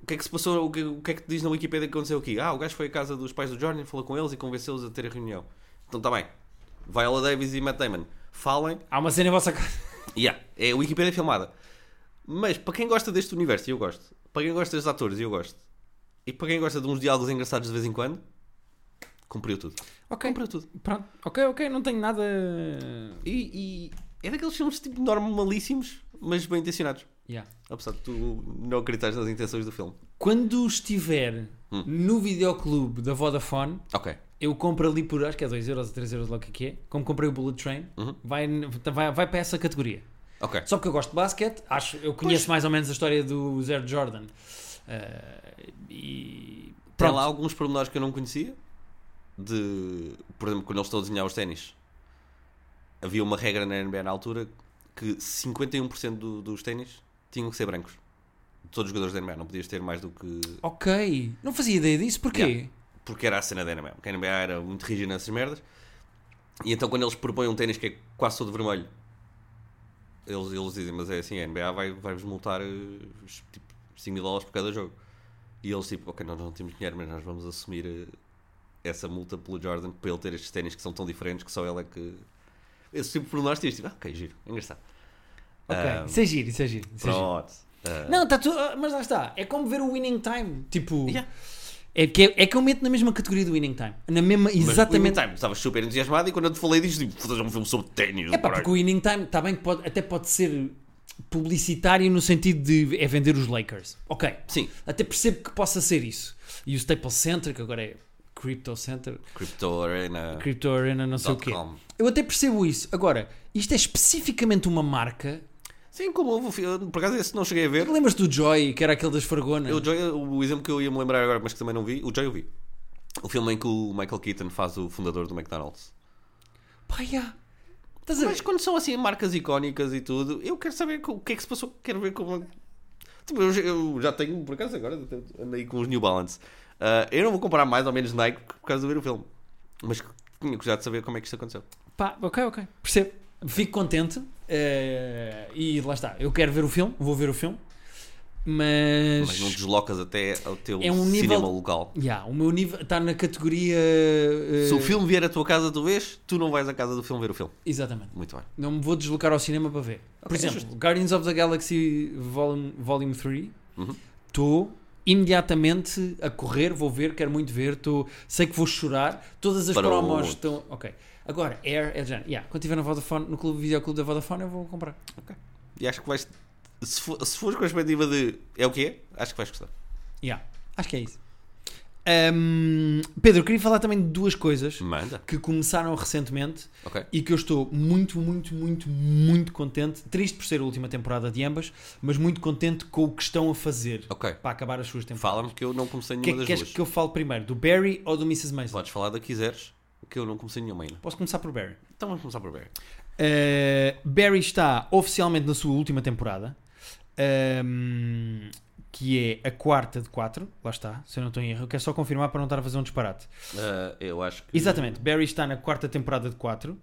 Speaker 2: O que é que se passou, o que, o que é que te diz na Wikipedia que aconteceu aqui? Ah, o gajo foi à casa dos pais do Jordan, falou com eles e convenceu-os a ter a reunião. Então está bem. Viola Davis e Matt Damon, falem.
Speaker 1: Há uma cena em vossa casa.
Speaker 2: Yeah, é a Wikipedia filmada. Mas para quem gosta deste universo, e eu gosto. Para quem gosta destes atores, e eu gosto. E para quem gosta de uns diálogos engraçados de vez em quando, cumpriu tudo.
Speaker 1: Ok,
Speaker 2: Cumpriu tudo.
Speaker 1: pronto. Ok, ok, não tenho nada. eh,
Speaker 2: E, e é daqueles filmes tipo normalíssimos, mas bem intencionados.
Speaker 1: Yeah.
Speaker 2: Apesar de tu não acreditares nas intenções do filme.
Speaker 1: Quando estiver
Speaker 2: Hum.
Speaker 1: no videoclube da Vodafone,
Speaker 2: Ok.
Speaker 1: eu compro ali por acho que é 2€ ou 3€ logo que é. Como comprei o Bullet Train,
Speaker 2: Uhum.
Speaker 1: vai, vai, vai para essa categoria.
Speaker 2: Ok.
Speaker 1: Só porque eu gosto de basquete, acho, eu conheço mais ou menos a história do Zero Jordan. Eh, e
Speaker 2: Tem
Speaker 1: pronto.
Speaker 2: lá alguns pormenores que eu não conhecia. De, por exemplo, quando eles estão a desenhar os ténis, havia uma regra na NBA na altura que 51% do- dos ténis tinham que ser brancos. De todos os jogadores da NBA, não podias ter mais do que.
Speaker 1: Ok, não fazia ideia disso, porquê?
Speaker 2: Yeah. Porque era a cena da NBA. Porque a NBA era muito rígida nessas merdas. E então, quando eles propõem um ténis que é quase todo vermelho, eles, eles dizem: Mas é assim, a NBA vai- vai-vos multar eh, tipo 5 mil dólares por cada jogo. E eles, tipo, ok, nós não temos dinheiro, mas nós vamos assumir eh, essa multa pelo Jordan para ele ter estes ténis que são tão diferentes que só ele é que. Esse tipo de pormenores tinhas, tipo, ah, ok, giro, engraçado.
Speaker 1: Ok,
Speaker 2: Ah,
Speaker 1: isso é giro, isso é giro. isso é giro.
Speaker 2: Pronto. Ah,
Speaker 1: Não, tá tu... ah, mas lá está, é como ver o Winning Time. Tipo,
Speaker 2: Yeah.
Speaker 1: é, que é, é que eu meto na mesma categoria do Winning Time. Na mesma,
Speaker 2: mas
Speaker 1: exatamente.
Speaker 2: o Time, estava super entusiasmado e quando eu te falei disto, tipo, foda-se, é um filme sobre ténis.
Speaker 1: É pá,
Speaker 2: caralho.
Speaker 1: porque o Winning Time está bem que pode- até pode ser publicitário no sentido de é vender os Lakers. Ok,
Speaker 2: Sim,
Speaker 1: até percebo que possa ser isso. E o Staples Center, que agora é Crypto Center,
Speaker 2: Crypto Arena.
Speaker 1: Crypto Arena, não sei o
Speaker 2: Dot
Speaker 1: quê.
Speaker 2: com.
Speaker 1: Eu até percebo isso. Agora, isto é especificamente uma marca.
Speaker 2: Sim, como houve, o fi- eu, por acaso esse não cheguei a ver.
Speaker 1: Lembras do Joy, que era aquele das Fargonas?
Speaker 2: Eu, o Joy, o exemplo que eu ia me lembrar agora, mas que também não vi, o Joy eu vi. O filme em que o Michael Keaton faz o fundador do McDonald's.
Speaker 1: Pá, já. Estás a ver?
Speaker 2: Mas quando são assim marcas icónicas e tudo, eu quero saber co- o que é que se passou, quero ver como. Tipo, eu, já- eu já tenho, por acaso agora, andei com os New Balance. Ah, eu não vou comprar mais ou menos Nike por causa de ver o filme. Mas tinha que já de saber como é que isto aconteceu.
Speaker 1: Pá, ok, ok. Percebo. Fico contente. eh, e lá está. Eu quero ver o filme, vou ver o filme. Mas.
Speaker 2: Mas não deslocas até ao teu
Speaker 1: É um nível-
Speaker 2: cinema local.
Speaker 1: Ya, o meu nível está na categoria. eh,
Speaker 2: Se o filme vier à tua casa, tu vês, tu não vais à casa do filme ver o filme.
Speaker 1: Exatamente.
Speaker 2: Muito bem.
Speaker 1: Não me vou deslocar ao cinema para ver. Por
Speaker 2: Ok,
Speaker 1: exemplo,
Speaker 2: justo.
Speaker 1: Guardians of the Galaxy Volume, volume 3.
Speaker 2: Uhum.
Speaker 1: Estou imediatamente a correr, vou ver, quero muito ver. Tô, sei que vou chorar. Todas as
Speaker 2: Para o
Speaker 1: promos
Speaker 2: outro.
Speaker 1: estão. Ok. Agora, Air é de género. Ya, quando estiver na Vodafone, no clube, videoclube da Vodafone, eu vou comprar.
Speaker 2: E acho que vais. Se for, se fores com a expectativa de é o que é, acho que vais gostar.
Speaker 1: Yeah, acho que é isso. Ahm, Pedro, queria falar também de duas coisas
Speaker 2: Manda.
Speaker 1: que começaram recentemente
Speaker 2: Ok.
Speaker 1: e que eu estou muito, muito, muito, muito contente. Triste por ser a última temporada de ambas, mas muito contente com o que estão a fazer
Speaker 2: Ok.
Speaker 1: para acabar as suas temporadas.
Speaker 2: Fala-me que eu não comecei
Speaker 1: O que é
Speaker 2: nenhuma
Speaker 1: que
Speaker 2: das
Speaker 1: queres
Speaker 2: duas.
Speaker 1: que eu fale primeiro? Do Barry ou do Mrs. Mason?
Speaker 2: Podes falar da que quiseres, que eu não comecei nenhuma ainda.
Speaker 1: Posso começar por Barry.
Speaker 2: Então vamos começar por Barry.
Speaker 1: Uh, Barry está oficialmente na sua última temporada, um, que é a quarta de quatro. Lá está, se eu não estou em erro. Eu quero só confirmar para não estar a fazer um disparate.
Speaker 2: Ah, eu acho que.
Speaker 1: Exatamente, Barry está na quarta temporada de 4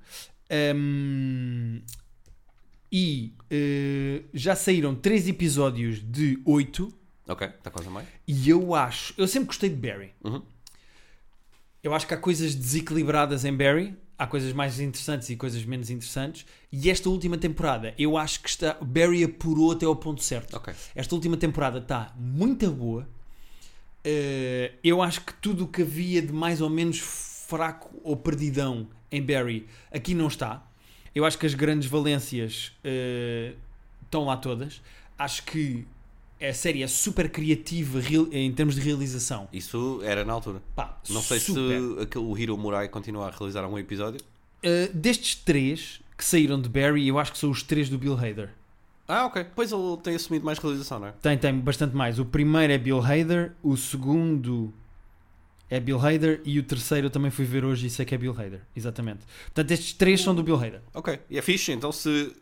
Speaker 1: e eh, já saíram 3 episódios de 8
Speaker 2: Ok, está quase a meio.
Speaker 1: e eu acho, eu sempre gostei de Barry.
Speaker 2: Uhum.
Speaker 1: Eu acho que há coisas desequilibradas em Barry, há coisas mais interessantes e coisas menos interessantes. E esta última temporada, eu acho que está Barry apurou até ao ponto certo.
Speaker 2: Ok.
Speaker 1: Esta última temporada está muito boa. Eh, eu acho que tudo o que havia de mais ou menos fraco ou perdidão em Barry aqui não está. Eu acho que as grandes valências eh, estão lá todas. Acho que a série é super criativa real- em termos de realização.
Speaker 2: Isso era na altura.
Speaker 1: Pá,
Speaker 2: Não sei
Speaker 1: super.
Speaker 2: se aquele, o Hiro Murai continua a realizar algum episódio.
Speaker 1: Eh, destes três que saíram de Barry, eu acho que são os três do Bill Hader.
Speaker 2: Ah, ok. Pois ele tem assumido mais realização, não é?
Speaker 1: Tem, tem bastante mais. O primeiro é Bill Hader, o segundo é Bill Hader e o terceiro eu também fui ver hoje e sei que é Bill Hader. Exatamente. Portanto, estes três são do Bill Hader.
Speaker 2: Ok. E é fixe, então se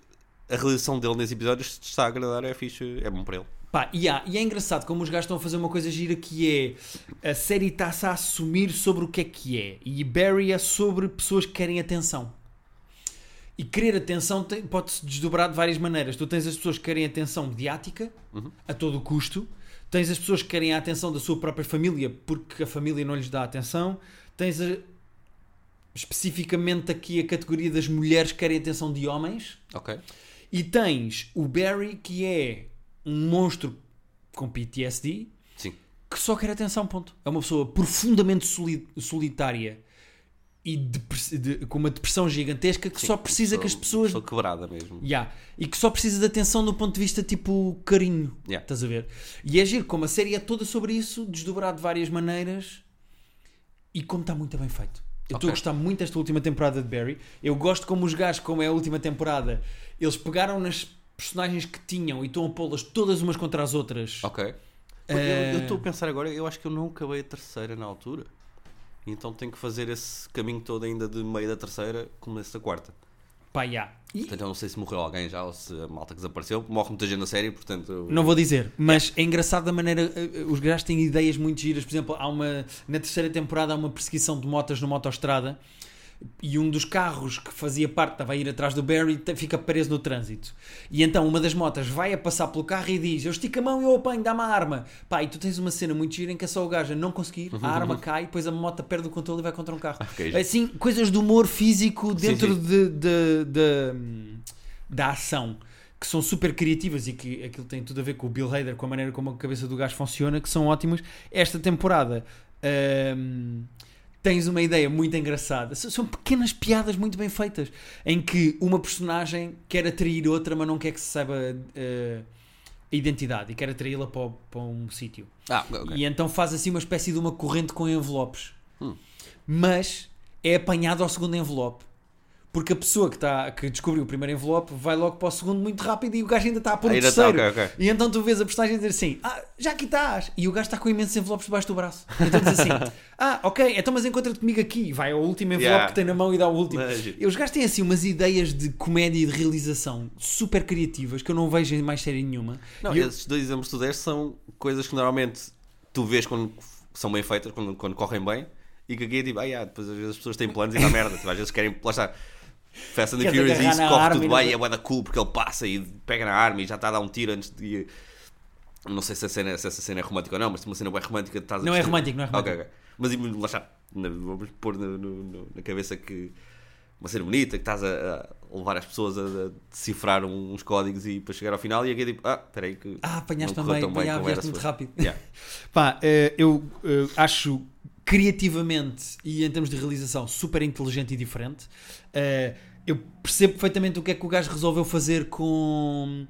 Speaker 2: a realização dele nesses episódios se te está a agradar, é fixe, é bom para ele.
Speaker 1: Pá, e, há- e é engraçado como os gajos estão a fazer uma coisa gira que é a série está-se a assumir sobre o que é que é. E Barry é sobre pessoas que querem atenção. E querer atenção tem- pode-se desdobrar de várias maneiras. Tu tens as pessoas que querem atenção mediática a todo o custo, tens as pessoas que querem a atenção da sua própria família porque a família não lhes dá atenção, tens a- especificamente aqui a categoria das mulheres que querem atenção de homens.
Speaker 2: Ok.
Speaker 1: E tens o Barry, que é um monstro com PTSD,
Speaker 2: Sim.
Speaker 1: que só quer atenção, ponto. É uma pessoa profundamente soli- solitária e depre- de- com uma depressão gigantesca que só precisa que as pessoas...
Speaker 2: Estou quebrada mesmo.
Speaker 1: Yeah. E que só precisa de atenção do ponto de vista tipo carinho,
Speaker 2: Yeah.
Speaker 1: estás a ver? E é giro, como a série é toda sobre isso, desdobrado de várias maneiras e como está muito bem feito. Eu estou
Speaker 2: Ok.
Speaker 1: a gostar muito desta última temporada de Barry. Eu gosto como os gajos, como é a última temporada, eles pegaram nas personagens que tinham e estão a pô-las todas umas contra as outras.
Speaker 2: Ok. Eu-
Speaker 1: Eh,
Speaker 2: Eu estou a pensar agora, eu acho que eu não acabei a terceira na altura. Então tenho que fazer esse caminho todo ainda de meio da terceira, começo da quarta.
Speaker 1: Pá, yeah. E-
Speaker 2: Portanto, eu não sei se morreu alguém já ou se a malta que desapareceu. Morre muita gente na série, portanto. eu-
Speaker 1: Não vou dizer, mas é engraçado da maneira. eh, eh, Os gajos têm ideias muito giras. Por exemplo, há uma, na terceira temporada há uma perseguição de motas numa autoestrada e um dos carros que fazia parte, estava a ir atrás do Barry, te- fica preso no trânsito. E então uma das motas vai a passar pelo carro e diz: Eu estico a mão e eu apanho, dá-me a arma. Pá, e tu tens uma cena muito gira em que é só o gajo a não conseguir, a arma cai, depois a moto perde o controle e vai contra um carro.
Speaker 2: Ah, Ok,
Speaker 1: Assim, coisas do humor físico dentro
Speaker 2: sim.
Speaker 1: de- de- de- da ação que são super criativas e que aquilo tem tudo a ver com o Bill Hader, com a maneira como a cabeça do gajo funciona, que são ótimas. Esta temporada hum, tens uma ideia muito engraçada. S- São pequenas piadas muito bem feitas em que uma personagem quer atrair outra, mas não quer que se saiba eh, a identidade e quer atraí-la para, o- para um sítio.
Speaker 2: Ah, ok.
Speaker 1: E então faz assim uma espécie de uma corrente com envelopes.
Speaker 2: Hum.
Speaker 1: Mas é apanhado ao segundo envelope. Porque a pessoa que, está que descobriu o primeiro envelope vai logo para o segundo muito rápido e o gajo ainda está a pôr o
Speaker 2: Ainda está,
Speaker 1: terceiro.
Speaker 2: ok, ok.
Speaker 1: E então tu vês a personagem dizer assim: Ah, já aqui estás. E o gajo está com imensos envelopes debaixo do braço. Então diz assim: Ah, ok, então mas encontra-te comigo aqui. E vai ao último envelope
Speaker 2: Yeah.
Speaker 1: que tem na mão e dá o último.
Speaker 2: Mas, giro.
Speaker 1: E Os gajos têm assim umas ideias de comédia e de realização super criativas que eu não vejo em mais série nenhuma.
Speaker 2: Não,
Speaker 1: E eu-
Speaker 2: esses dois exemplos que tu deste são coisas que normalmente tu vês quando são bem feitas, quando, quando correm bem, e que aqui é tipo, ah, yeah, depois às vezes as pessoas têm planos e dá merda. tipo, às vezes querem, lá está. Fast and the
Speaker 1: Quer
Speaker 2: Furious e
Speaker 1: agarrar
Speaker 2: isso
Speaker 1: na
Speaker 2: corre
Speaker 1: arma
Speaker 2: tudo
Speaker 1: e não-
Speaker 2: bem, e é bué da cool porque ele passa e pega na arma e já está a dar um tiro antes de. Não sei se, a cena, se essa cena é romântica ou não, mas se uma cena bem romântica estás a
Speaker 1: Não é
Speaker 2: perceber.
Speaker 1: romântico, não é romântico.
Speaker 2: Ok, ok. Mas e, lá está, na- vamos pôr no- no- no- na cabeça que uma cena bonita, que estás a, a levar as pessoas a, a decifrar um, uns códigos e para chegar ao final e aqui é tipo, ah, espera aí que
Speaker 1: Ah, apanhaste
Speaker 2: não correu
Speaker 1: também,
Speaker 2: tão bem
Speaker 1: ah,
Speaker 2: como era
Speaker 1: vieste muito
Speaker 2: suposto.
Speaker 1: rápido.
Speaker 2: Yeah.
Speaker 1: Pá, eh, eu eh, acho criativamente e em termos de realização super inteligente e diferente. Eh, Eu percebo perfeitamente o que é que o gajo resolveu fazer com,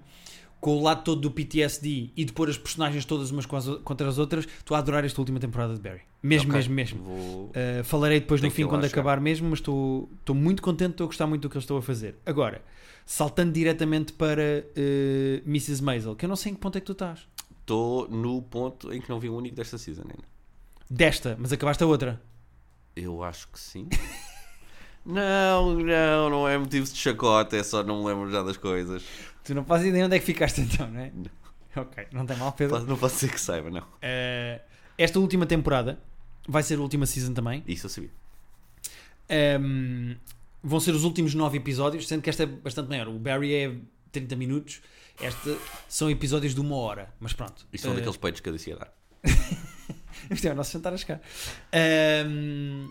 Speaker 1: com o lado todo do PTSD e de pôr as personagens todas umas com as o- contra as outras. Estou a adorar esta última temporada de Barry. Mesmo,
Speaker 2: Ok,
Speaker 1: mesmo, mesmo.
Speaker 2: Vou...
Speaker 1: Uh, falarei depois
Speaker 2: Tem que
Speaker 1: no
Speaker 2: ir
Speaker 1: fim
Speaker 2: lá
Speaker 1: quando
Speaker 2: chegar.
Speaker 1: acabar mesmo, mas estou estou muito contente, estou a gostar muito do que eles estão a fazer. Agora, saltando diretamente para uh, Mrs. Maisel, que eu não sei em que ponto é que tu estás.
Speaker 2: Estou no ponto em que não vi um único desta season ainda.
Speaker 1: Desta, mas acabaste a outra.
Speaker 2: Eu acho que sim. não, não, não é motivo de chacota, é só não me lembro já das coisas.
Speaker 1: Tu não fazes ideia onde é que ficaste então, não é? Ok, não tem mal, Pedro.
Speaker 2: Não pode ser que saiba, não.
Speaker 1: Uh, esta última temporada vai ser a última season também.
Speaker 2: Isso eu sabia.
Speaker 1: Um, vão ser os últimos nove episódios, sendo que esta é bastante maior. O Barry é 30 minutos, esta são episódios de uma hora, mas pronto.
Speaker 2: Isto é um
Speaker 1: Uh,
Speaker 2: daqueles peitos que eu disse a dar.
Speaker 1: Isto é o nosso jantar a chegar. Ahm,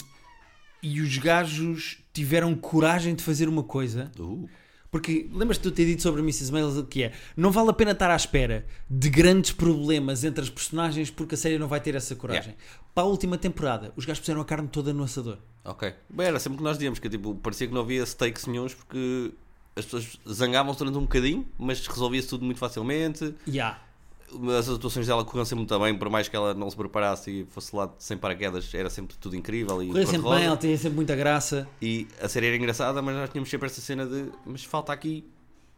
Speaker 1: e os gajos tiveram coragem de fazer uma coisa.
Speaker 2: Uh,
Speaker 1: Porque lembras-te de eu ter dito sobre a Mrs. Maisel que é não vale a pena estar à espera de grandes problemas entre as personagens porque a série não vai ter essa coragem. Para a última temporada, os gajos puseram a carne toda no assador.
Speaker 2: ok. Bem, era sempre que nós dizíamos que tipo, parecia que não havia stakes nenhums porque as pessoas zangavam-se durante um bocadinho, mas resolvia-se tudo muito facilmente.
Speaker 1: E há.
Speaker 2: As atuações dela corriam sempre muito bem, por mais que ela não se preparasse e fosse lá sem paraquedas, era sempre tudo incrível. E
Speaker 1: Correu sempre
Speaker 2: cor-de-rosa.
Speaker 1: bem, ela tinha sempre muita graça.
Speaker 2: E a série era engraçada, mas nós tínhamos sempre essa cena de mas falta aqui,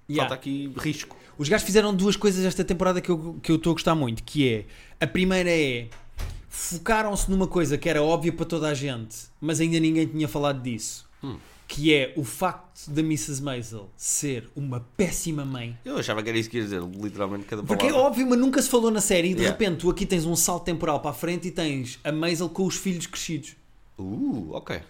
Speaker 1: E há.
Speaker 2: falta aqui risco.
Speaker 1: Os gajos fizeram duas coisas esta temporada que eu que eu estou a gostar muito, que é a primeira é focaram-se numa coisa que era óbvia para toda a gente, mas ainda ninguém tinha falado disso. Que é o facto da Mrs. Maisel ser uma péssima mãe.
Speaker 2: Eu achava que era isso que ia dizer, literalmente cada palavra.
Speaker 1: Porque é óbvio, mas nunca se falou na série e de
Speaker 2: Yeah.
Speaker 1: repente tu aqui tens um salto temporal para a frente e tens a Maisel com os filhos crescidos.
Speaker 2: Uh, ok.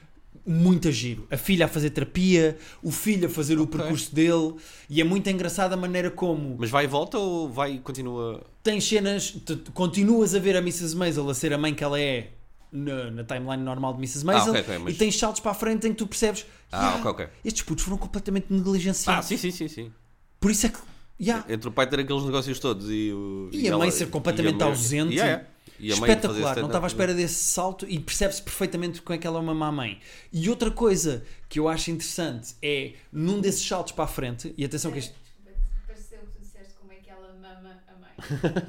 Speaker 1: Muito giro. A filha a fazer terapia, o filho a fazer o percurso dele e é muito engraçada a maneira como
Speaker 2: Mas vai e volta ou vai e continua.
Speaker 1: tens cenas, tu- tu continuas a ver a Mrs. Maisel a ser a mãe que ela é na, na timeline normal de Mrs. Maisel
Speaker 2: Ah, ok, ok, mas-
Speaker 1: e tens saltos para a frente em que tu percebes
Speaker 2: Ah,
Speaker 1: "Ya,
Speaker 2: ok, ok.
Speaker 1: estes putos foram completamente
Speaker 2: Ah,
Speaker 1: negligenciados.
Speaker 2: sim, sim, sim, sim.
Speaker 1: Por isso é que. ya,
Speaker 2: Entre o pai ter aqueles negócios todos e o.
Speaker 1: E a mãe ser completamente
Speaker 2: e a mãe-
Speaker 1: ausente.
Speaker 2: Yeah, yeah. E a mãe fazer
Speaker 1: espetacular, não
Speaker 2: stand-up.
Speaker 1: estava à espera desse salto e percebe-se perfeitamente como é que ela é uma má mãe. E outra coisa que eu acho interessante é num desses saltos para a frente, e atenção que este
Speaker 3: Desculpa, Pareceu que tu disseste como é que ela mama a mãe.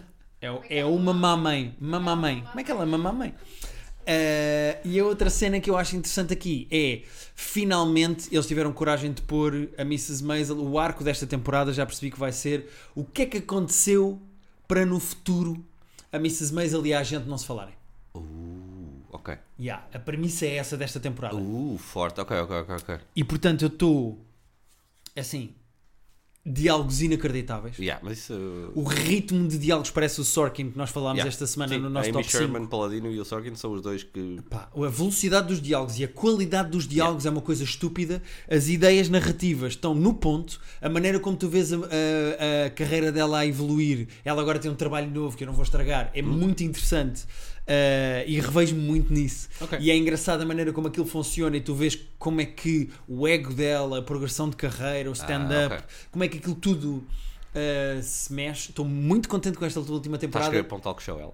Speaker 1: É, é uma mamãe. Mamãe. Como é que ela é uma mamãe? Ah, e a outra cena que eu acho interessante aqui é finalmente eles tiveram coragem de pôr a Mrs. Maisel. O arco desta temporada já percebi que vai ser o que é que aconteceu para no futuro a Mrs. Maisel e a gente não se falarem.
Speaker 2: Uh, ok.
Speaker 1: Yeah, a premissa é essa desta temporada.
Speaker 2: Uh, forte. Ok, ok, ok, ok.
Speaker 1: E portanto eu estou assim, diálogos inacreditáveis.
Speaker 2: Yeah, mas isso. uh,
Speaker 1: O ritmo de diálogos parece o Sorkin que nós falámos
Speaker 2: yeah.
Speaker 1: esta semana
Speaker 2: Sim,
Speaker 1: no
Speaker 2: a
Speaker 1: nosso
Speaker 2: Amy
Speaker 1: top 5.
Speaker 2: Sherman, Paladino e o Sorkin são os dois que.
Speaker 1: Pá, a velocidade dos diálogos e a qualidade dos diálogos é uma coisa estúpida. As ideias narrativas estão no ponto. A maneira como tu vês a, a- a carreira dela a evoluir, ela agora tem um trabalho novo que eu não vou estragar,
Speaker 2: Hum?
Speaker 1: é muito interessante. eh, e revejo-me muito nisso.
Speaker 2: Ok.
Speaker 1: E é engraçada a maneira como aquilo funciona e tu vês como é que o ego dela, a progressão de carreira, o stand-up,
Speaker 2: Ah, ok.
Speaker 1: como é que aquilo tudo eh, se mexe. Estou muito contente com esta
Speaker 2: Está
Speaker 1: última
Speaker 2: a
Speaker 1: temporada.
Speaker 2: escrever para um talk show ela.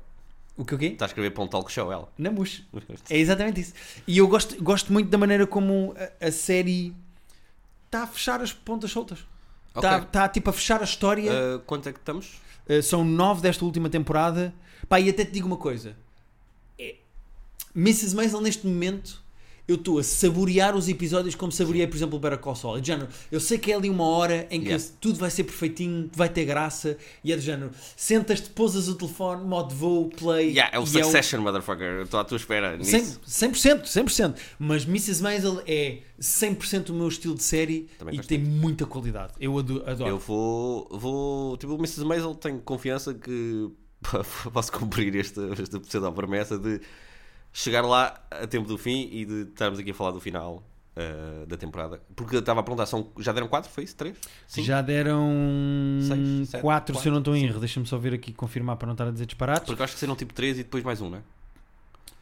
Speaker 1: O que o quê?
Speaker 2: Está a escrever para um talk show ela.
Speaker 1: Na mousse. É exatamente isso. E eu gosto, gosto muito da maneira como a, a série está a fechar as pontas soltas. Está
Speaker 2: Ok.
Speaker 1: tá, tipo a fechar a história.
Speaker 2: Uh, quanto é que estamos?
Speaker 1: Uh, são nove desta última temporada. Pá, e até te digo uma coisa: É- Mrs. Maisel, neste momento, eu estou a saborear os episódios como saboreei, por exemplo, o Better Call Saul. É de género, eu sei que é ali uma hora em que
Speaker 2: Yeah.
Speaker 1: tudo vai ser perfeitinho, vai ter graça. E é de género: sentas-te, pousas o telefone, modo voo, play.
Speaker 2: Yeah, é o
Speaker 1: e
Speaker 2: Succession, motherfucker. Eu Estou à tua espera. Nisso.
Speaker 1: 100%, 100%, 100%. Mas Mrs. Maisel é 100% o meu estilo de série
Speaker 2: Também
Speaker 1: e
Speaker 2: gosto
Speaker 1: tem muita qualidade. Eu ado- adoro.
Speaker 2: Eu vou. vou tipo, o Mrs. Maisel tenho confiança que posso cumprir esta, esta pseudo-promessa de chegar lá a tempo do fim e de estarmos aqui a falar do final eh, da temporada. Porque eu estava a perguntar, são, já deram 4? Foi isso? 3?
Speaker 1: Já deram
Speaker 2: Seis, sete,
Speaker 1: 4 se eu não estou em
Speaker 2: quatro,
Speaker 1: erro. Deixa-me só ver aqui confirmar para não estar a dizer disparates.
Speaker 2: Porque eu acho que saíram tipo 3 e depois mais um, né?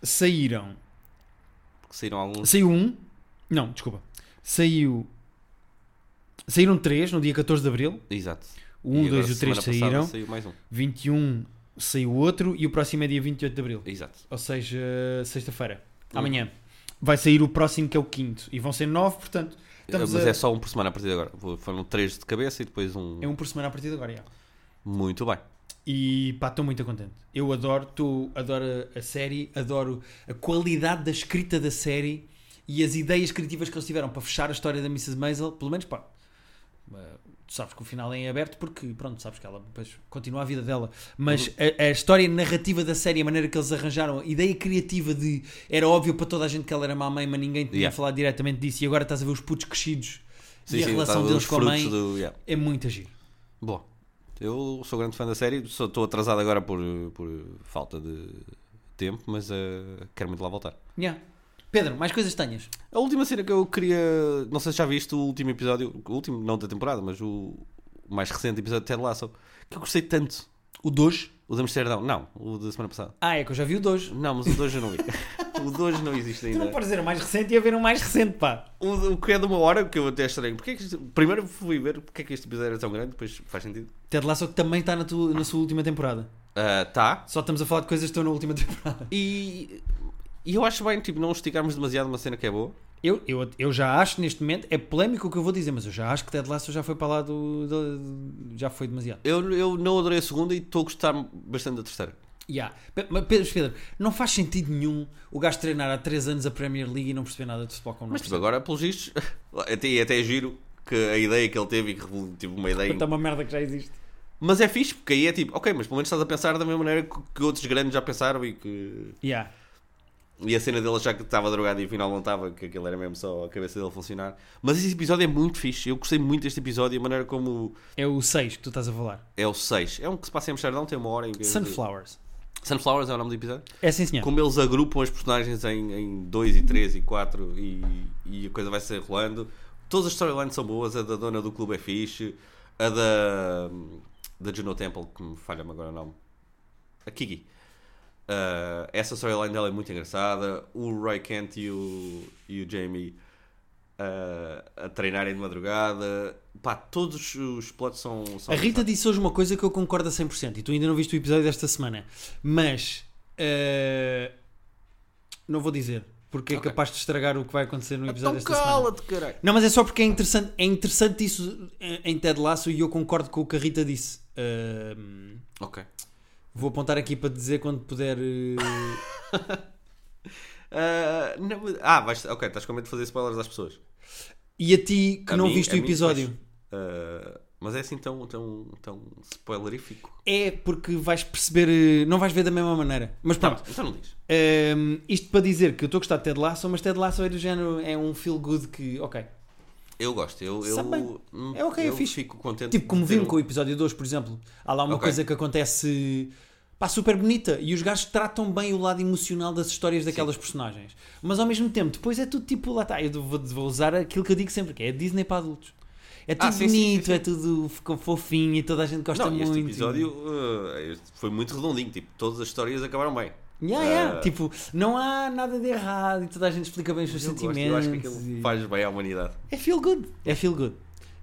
Speaker 1: Saíram.
Speaker 2: Porque saíram alguns.
Speaker 1: Saiu um. Não, desculpa. Saiu. Saíram 3 no dia 14 de abril.
Speaker 2: Exato.
Speaker 1: O 1,
Speaker 2: E agora,
Speaker 1: 2 Um, e o 3
Speaker 2: semana passada,
Speaker 1: saíram.
Speaker 2: Saiu mais um.
Speaker 1: 21 saiu outro. E o próximo é dia 28 de abril.
Speaker 2: Exato.
Speaker 1: ou seja, sexta-feira,
Speaker 2: Uhum.
Speaker 1: amanhã, vai sair o próximo que é o quinto. E vão ser nove, portanto, estamos
Speaker 2: Mas
Speaker 1: a...
Speaker 2: é só um por semana a partir de agora. Vou- Foram 3 de cabeça e depois um.
Speaker 1: é um por semana a partir de agora. já.
Speaker 2: Muito bem.
Speaker 1: E pá, estou muito contente. Eu adoro, tu, adoro a série, adoro a qualidade da escrita da série e as ideias criativas que eles tiveram para fechar a história da Mrs. Maisel. Pelo menos, pá, eh, tu sabes que o final é em aberto porque, pronto, sabes que ela depois continua a vida dela.
Speaker 2: Uhum.
Speaker 1: Mas a, a história narrativa da série, a maneira que eles arranjaram, a ideia criativa de era óbvio para toda a gente que ela era má mãe, mas ninguém tinha
Speaker 2: Yeah.
Speaker 1: falado diretamente disso. E agora estás a ver os putos crescidos
Speaker 2: Sim,
Speaker 1: e a
Speaker 2: sim,
Speaker 1: relação
Speaker 2: tá,
Speaker 1: deles
Speaker 2: os
Speaker 1: com a
Speaker 2: frutos
Speaker 1: mãe.
Speaker 2: do- yeah.
Speaker 1: É muito agir.
Speaker 2: Bom, eu sou grande fã da série, só estou atrasado agora por, por falta de tempo, mas eh, quero muito lá voltar.
Speaker 1: Yeah. Pedro, mais coisas tenhas?
Speaker 2: A última cena que eu queria. Não sei se já viste o último episódio, o último não da temporada, mas o mais recente episódio de Ted Lasso, que eu gostei tanto.
Speaker 1: O dois.
Speaker 2: O de Amsterdão, não, o da semana passada.
Speaker 1: Ah, é que eu já vi o dois.
Speaker 2: Não, mas o de hoje eu não vi. o de hoje não existe
Speaker 1: Tu não
Speaker 2: ainda.
Speaker 1: podes dizer o mais recente e haver um mais recente, pá.
Speaker 2: O, de- o que é de uma hora, que eu até estranho. Porque é que isto- primeiro fui ver porque é que este episódio era tão grande, depois faz sentido.
Speaker 1: Ted Lasso que também está na, tua- na sua última temporada.
Speaker 2: Ah, tá,
Speaker 1: Só estamos a falar de coisas que estão na última temporada.
Speaker 2: E, e eu acho bem, tipo, não esticarmos demasiado uma cena que é boa.
Speaker 1: Eu, eu, eu já acho neste momento, é polémico o que eu vou dizer, mas eu já acho que Ted Lasso já foi para lá do. do- já foi demasiado.
Speaker 2: Eu, eu não adorei a segunda e estou a gostar bastante da terceira.
Speaker 1: Yeah. Pe- Mas Pedro, Pedro, não faz sentido nenhum o gajo treinar há 3 anos a Premier League e não perceber nada de futebol como
Speaker 2: Mas,
Speaker 1: nós.
Speaker 2: tipo, agora, pelos vistos, até, até é giro que a ideia que ele teve e que revolu- tipo, uma ideia.
Speaker 1: Portanto, é uma merda que já existe.
Speaker 2: Mas é fixe, porque aí é tipo, ok, mas pelo menos estás a pensar da mesma maneira que, que outros grandes já pensaram e que.
Speaker 1: Yeah.
Speaker 2: E a cena dele achar que estava drogado e afinal não estava, que aquilo era mesmo só a cabeça dele funcionar. Mas esse episódio é muito fixe, eu gostei muito deste episódio e a maneira como
Speaker 1: É o 6 que tu estás a falar.
Speaker 2: é o 6. É um que se passa em Amsterdão, tem uma hora em que.
Speaker 1: Sunflowers.
Speaker 2: Sunflowers é o nome do episódio.
Speaker 1: É sim, senhor.
Speaker 2: Como eles agrupam as personagens em 2 e 3 e 4 e, e a coisa vai se enrolando. Todas as storylines são boas, a da dona do clube é fixe, a da. da Juno Temple, que me falha-me agora o nome. A Kiki. Ah, essa storyline dela é muito engraçada. O Roy Kent e o, e o Jamie ah, a treinarem de madrugada. Pá, todos os plots são. são
Speaker 1: A Rita disse hoje uma coisa que eu concordo a 100% e tu ainda não viste o episódio desta semana. Mas. eh, não vou dizer. Porque é
Speaker 2: Ok.
Speaker 1: capaz de estragar o que vai acontecer no episódio
Speaker 2: Então
Speaker 1: desta semana.
Speaker 2: cala-te, caralho!
Speaker 1: Não, mas é só porque é interessante, é interessante isso eh, em Ted Lasso e eu concordo com o que a Rita disse. Ahm,
Speaker 2: Ok.
Speaker 1: vou apontar aqui para dizer quando puder. eh,
Speaker 2: Ah, não, mas- ah, vais, ok, estás com medo de fazer spoilers às pessoas.
Speaker 1: e a ti que
Speaker 2: A
Speaker 1: não
Speaker 2: mim-
Speaker 1: viste
Speaker 2: a
Speaker 1: o
Speaker 2: mim,
Speaker 1: episódio.
Speaker 2: pois. Ah, mas é assim tão, tão, tão spoilerífico.
Speaker 1: É porque vais perceber. eh, Não vais ver da mesma maneira. Mas
Speaker 2: Tá
Speaker 1: pronto.
Speaker 2: bem, então não diz.
Speaker 1: Ahm, isto para dizer que eu estou a gostar de Ted Lasso, mas Ted Lasso é do género. É um feel good que. Ok.
Speaker 2: Eu gosto, eu, eu,
Speaker 1: Sabe bem.
Speaker 2: hum,
Speaker 1: É ok, é
Speaker 2: eu
Speaker 1: fixe.
Speaker 2: fico contente.
Speaker 1: Tipo, como
Speaker 2: de ter
Speaker 1: vimos
Speaker 2: um-
Speaker 1: com o episódio 2, por exemplo, há lá uma
Speaker 2: Ok.
Speaker 1: coisa que acontece pá, super bonita e os gajos tratam bem o lado emocional das histórias daquelas personagens. Mas ao mesmo tempo, depois é tudo tipo, lá está, eu vou, vou usar aquilo que eu digo sempre, que é Disney para adultos. É tudo
Speaker 2: Ah, sim, sim, sim,
Speaker 1: bonito,
Speaker 2: sim.
Speaker 1: é tudo fo- fofinho e toda a gente gosta
Speaker 2: Não, e
Speaker 1: muito.
Speaker 2: este
Speaker 1: e-
Speaker 2: episódio ah, este foi muito redondinho. Tipo, todas as histórias acabaram bem.
Speaker 1: Yeah, yeah.
Speaker 2: Ah,
Speaker 1: Tipo, não há nada de errado e toda a gente explica bem os seus
Speaker 2: eu gosto,
Speaker 1: sentimentos.
Speaker 2: eu acho que aquilo
Speaker 1: e-
Speaker 2: faz bem à humanidade.
Speaker 1: É feel good. É feel good.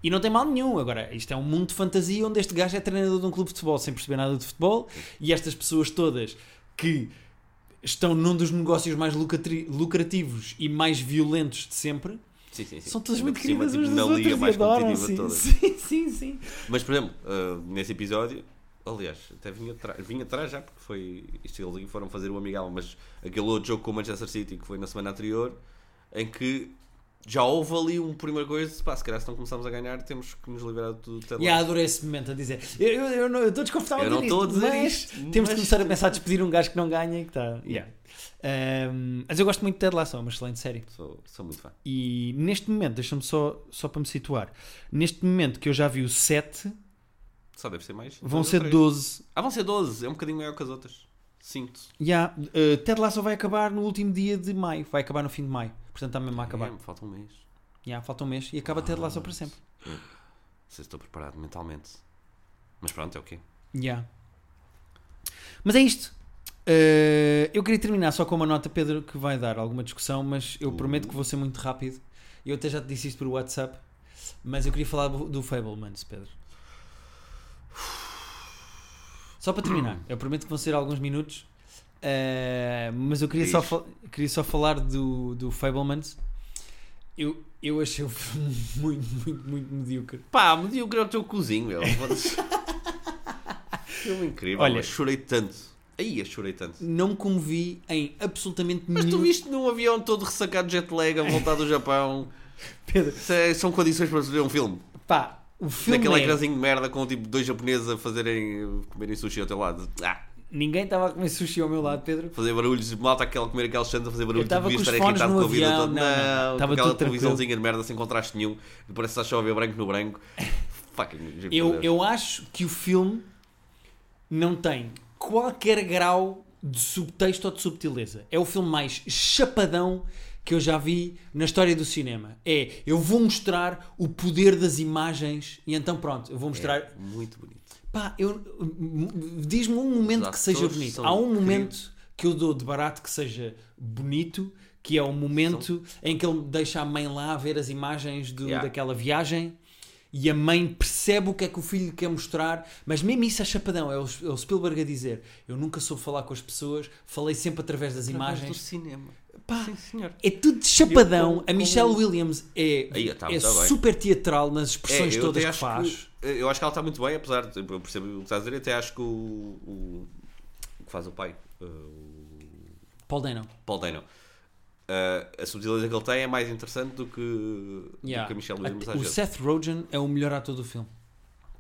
Speaker 1: E não tem mal nenhum. Agora, isto é um mundo de fantasia onde este gajo é treinador de um clube de futebol sem perceber nada de futebol e estas pessoas todas que estão num dos negócios mais lucratri- lucrativos e mais violentos de sempre
Speaker 2: Sim, sim, sim.
Speaker 1: são todas
Speaker 2: Ainda
Speaker 1: muito
Speaker 2: por cima,
Speaker 1: queridas
Speaker 2: tipo,
Speaker 1: uns
Speaker 2: na
Speaker 1: dos
Speaker 2: liga
Speaker 1: outros e
Speaker 2: mais
Speaker 1: adoram.
Speaker 2: competitiva de
Speaker 1: Sim,
Speaker 2: todas.
Speaker 1: sim, sim, sim.
Speaker 2: Mas, por exemplo, ah, nesse episódio, aliás, até vim atrás, vim atrás já, porque foi. Isto eles foram fazer o amigável, mas aquele outro jogo com o Manchester City, que foi na semana anterior, em que já houve ali um primeiro coisa de pá, se calhar se não começarmos a ganhar, temos que nos liberar do Ted
Speaker 1: E adorei esse momento a dizer. Eu, eu, eu não- eu estou desconfortável
Speaker 2: Eu não
Speaker 1: dizer
Speaker 2: estou a
Speaker 1: isto,
Speaker 2: dizer
Speaker 1: mas
Speaker 2: isto,
Speaker 1: Temos
Speaker 2: mas-
Speaker 1: de começar a pensar a despedir um gajo que não ganha e que está. Yeah. Um, mas eu gosto muito de Ted Lasso, é uma excelente série.
Speaker 2: Sou, sou muito fã.
Speaker 1: E neste momento, deixa-me só, só para me situar, neste momento que eu já vi o 7,
Speaker 2: Só deve ser mais.
Speaker 1: vão
Speaker 2: dois ou
Speaker 1: ser
Speaker 2: três.
Speaker 1: 12.
Speaker 2: Ah, vão ser 12, é um bocadinho maior que as outras. Sinto.
Speaker 1: Yeah, uh, Ted Lasso vai acabar no último dia de maio, vai acabar no fim de maio. Portanto, está mesmo a acabar.
Speaker 2: É, me falta um mês. Não
Speaker 1: Yeah, falta um mês e acaba Ted Lasso para sempre.
Speaker 2: sei se estou preparado mentalmente. Mas pronto, é o quê?
Speaker 1: Yeah. Mas é isto. Uh, eu queria terminar só com uma nota, Pedro, que vai dar alguma discussão, mas eu
Speaker 2: Uh.
Speaker 1: prometo que vou ser muito rápido. Eu até já te disse isto por WhatsApp, mas eu queria falar do, do Fablemans, Pedro. Só para terminar, eu prometo que vão ser alguns minutos, uh, mas eu queria só,
Speaker 2: Diz.
Speaker 1: fal- queria só falar do, do Fablemans. Eu, eu achei o filme muito, muito, muito medíocre.
Speaker 2: Pá, mediocre é o teu cozinho, meu. Foda-se. Filme incrível.
Speaker 1: Olha.
Speaker 2: Olha, chorei tanto. Aí, eu chorei tanto.
Speaker 1: Não me comovi em absolutamente
Speaker 2: Mas tu
Speaker 1: nenhum-
Speaker 2: viste num avião todo ressacado de jet lag a voltar do Japão.
Speaker 1: Pedro,
Speaker 2: Isso é- são condições para se ver um filme.
Speaker 1: pá, o filme
Speaker 2: Naquele
Speaker 1: é-
Speaker 2: ecrãzinho de merda com tipo dois japoneses a fazerem comerem sushi ao teu lado. Ah,
Speaker 1: Ninguém estava a comer sushi ao meu lado, Pedro.
Speaker 2: fazer barulhos, malta aquela a comer aqueles chantes a fazer barulho,
Speaker 1: tava
Speaker 2: devias
Speaker 1: com os
Speaker 2: estar
Speaker 1: fones
Speaker 2: irritado
Speaker 1: no
Speaker 2: com a vida
Speaker 1: avião,
Speaker 2: toda.
Speaker 1: não, não,
Speaker 2: Não, com
Speaker 1: tava
Speaker 2: aquela
Speaker 1: tudo tranquilo.
Speaker 2: televisãozinha de merda sem contraste nenhum, parece que está só a ver branco no branco. Fucking
Speaker 1: Eu, eu acho que o filme não tem qualquer grau de subtexto ou de subtileza. É o filme mais chapadão que eu já vi na história do cinema. É, eu vou mostrar o poder das imagens e então pronto, eu vou mostrar.
Speaker 2: É muito bonito.
Speaker 1: Pá, eu, diz-me um momento
Speaker 2: Os
Speaker 1: que seja
Speaker 2: atores
Speaker 1: bonito.
Speaker 2: são
Speaker 1: Há um
Speaker 2: incríveis.
Speaker 1: momento que eu dou de barato que seja bonito, que é o momento em que ele deixa a mãe lá ver as imagens do-
Speaker 2: Yeah.
Speaker 1: daquela viagem e a mãe percebe o que é que o filho quer mostrar, mas mesmo isso é chapadão. É o, é o Spielberg a dizer: Eu nunca soube falar com as pessoas, falei sempre através das
Speaker 2: do
Speaker 1: imagens.
Speaker 2: cinema.
Speaker 1: Pá,
Speaker 2: Sim, senhor.
Speaker 1: é tudo de chapadão.
Speaker 2: Eu com-
Speaker 1: a
Speaker 2: com-
Speaker 1: Michelle Williams é,
Speaker 2: Aí, tá,
Speaker 1: é
Speaker 2: tá bem.
Speaker 1: super teatral nas expressões
Speaker 2: É, eu até
Speaker 1: todas que
Speaker 2: acho
Speaker 1: faz.
Speaker 2: que- eu acho que ela está muito bem, apesar de. Eu percebo o que estás a dizer, até acho que o. o- o que faz o pai, uh, o
Speaker 1: Paul Dano.
Speaker 2: Paul Dano. uh, a subtileza que ele tem é mais interessante do que, do
Speaker 1: Yeah.
Speaker 2: que a Michelle Williams
Speaker 1: Até-
Speaker 2: às
Speaker 1: o
Speaker 2: vezes.
Speaker 1: Seth Rogen é o melhor ator do filme.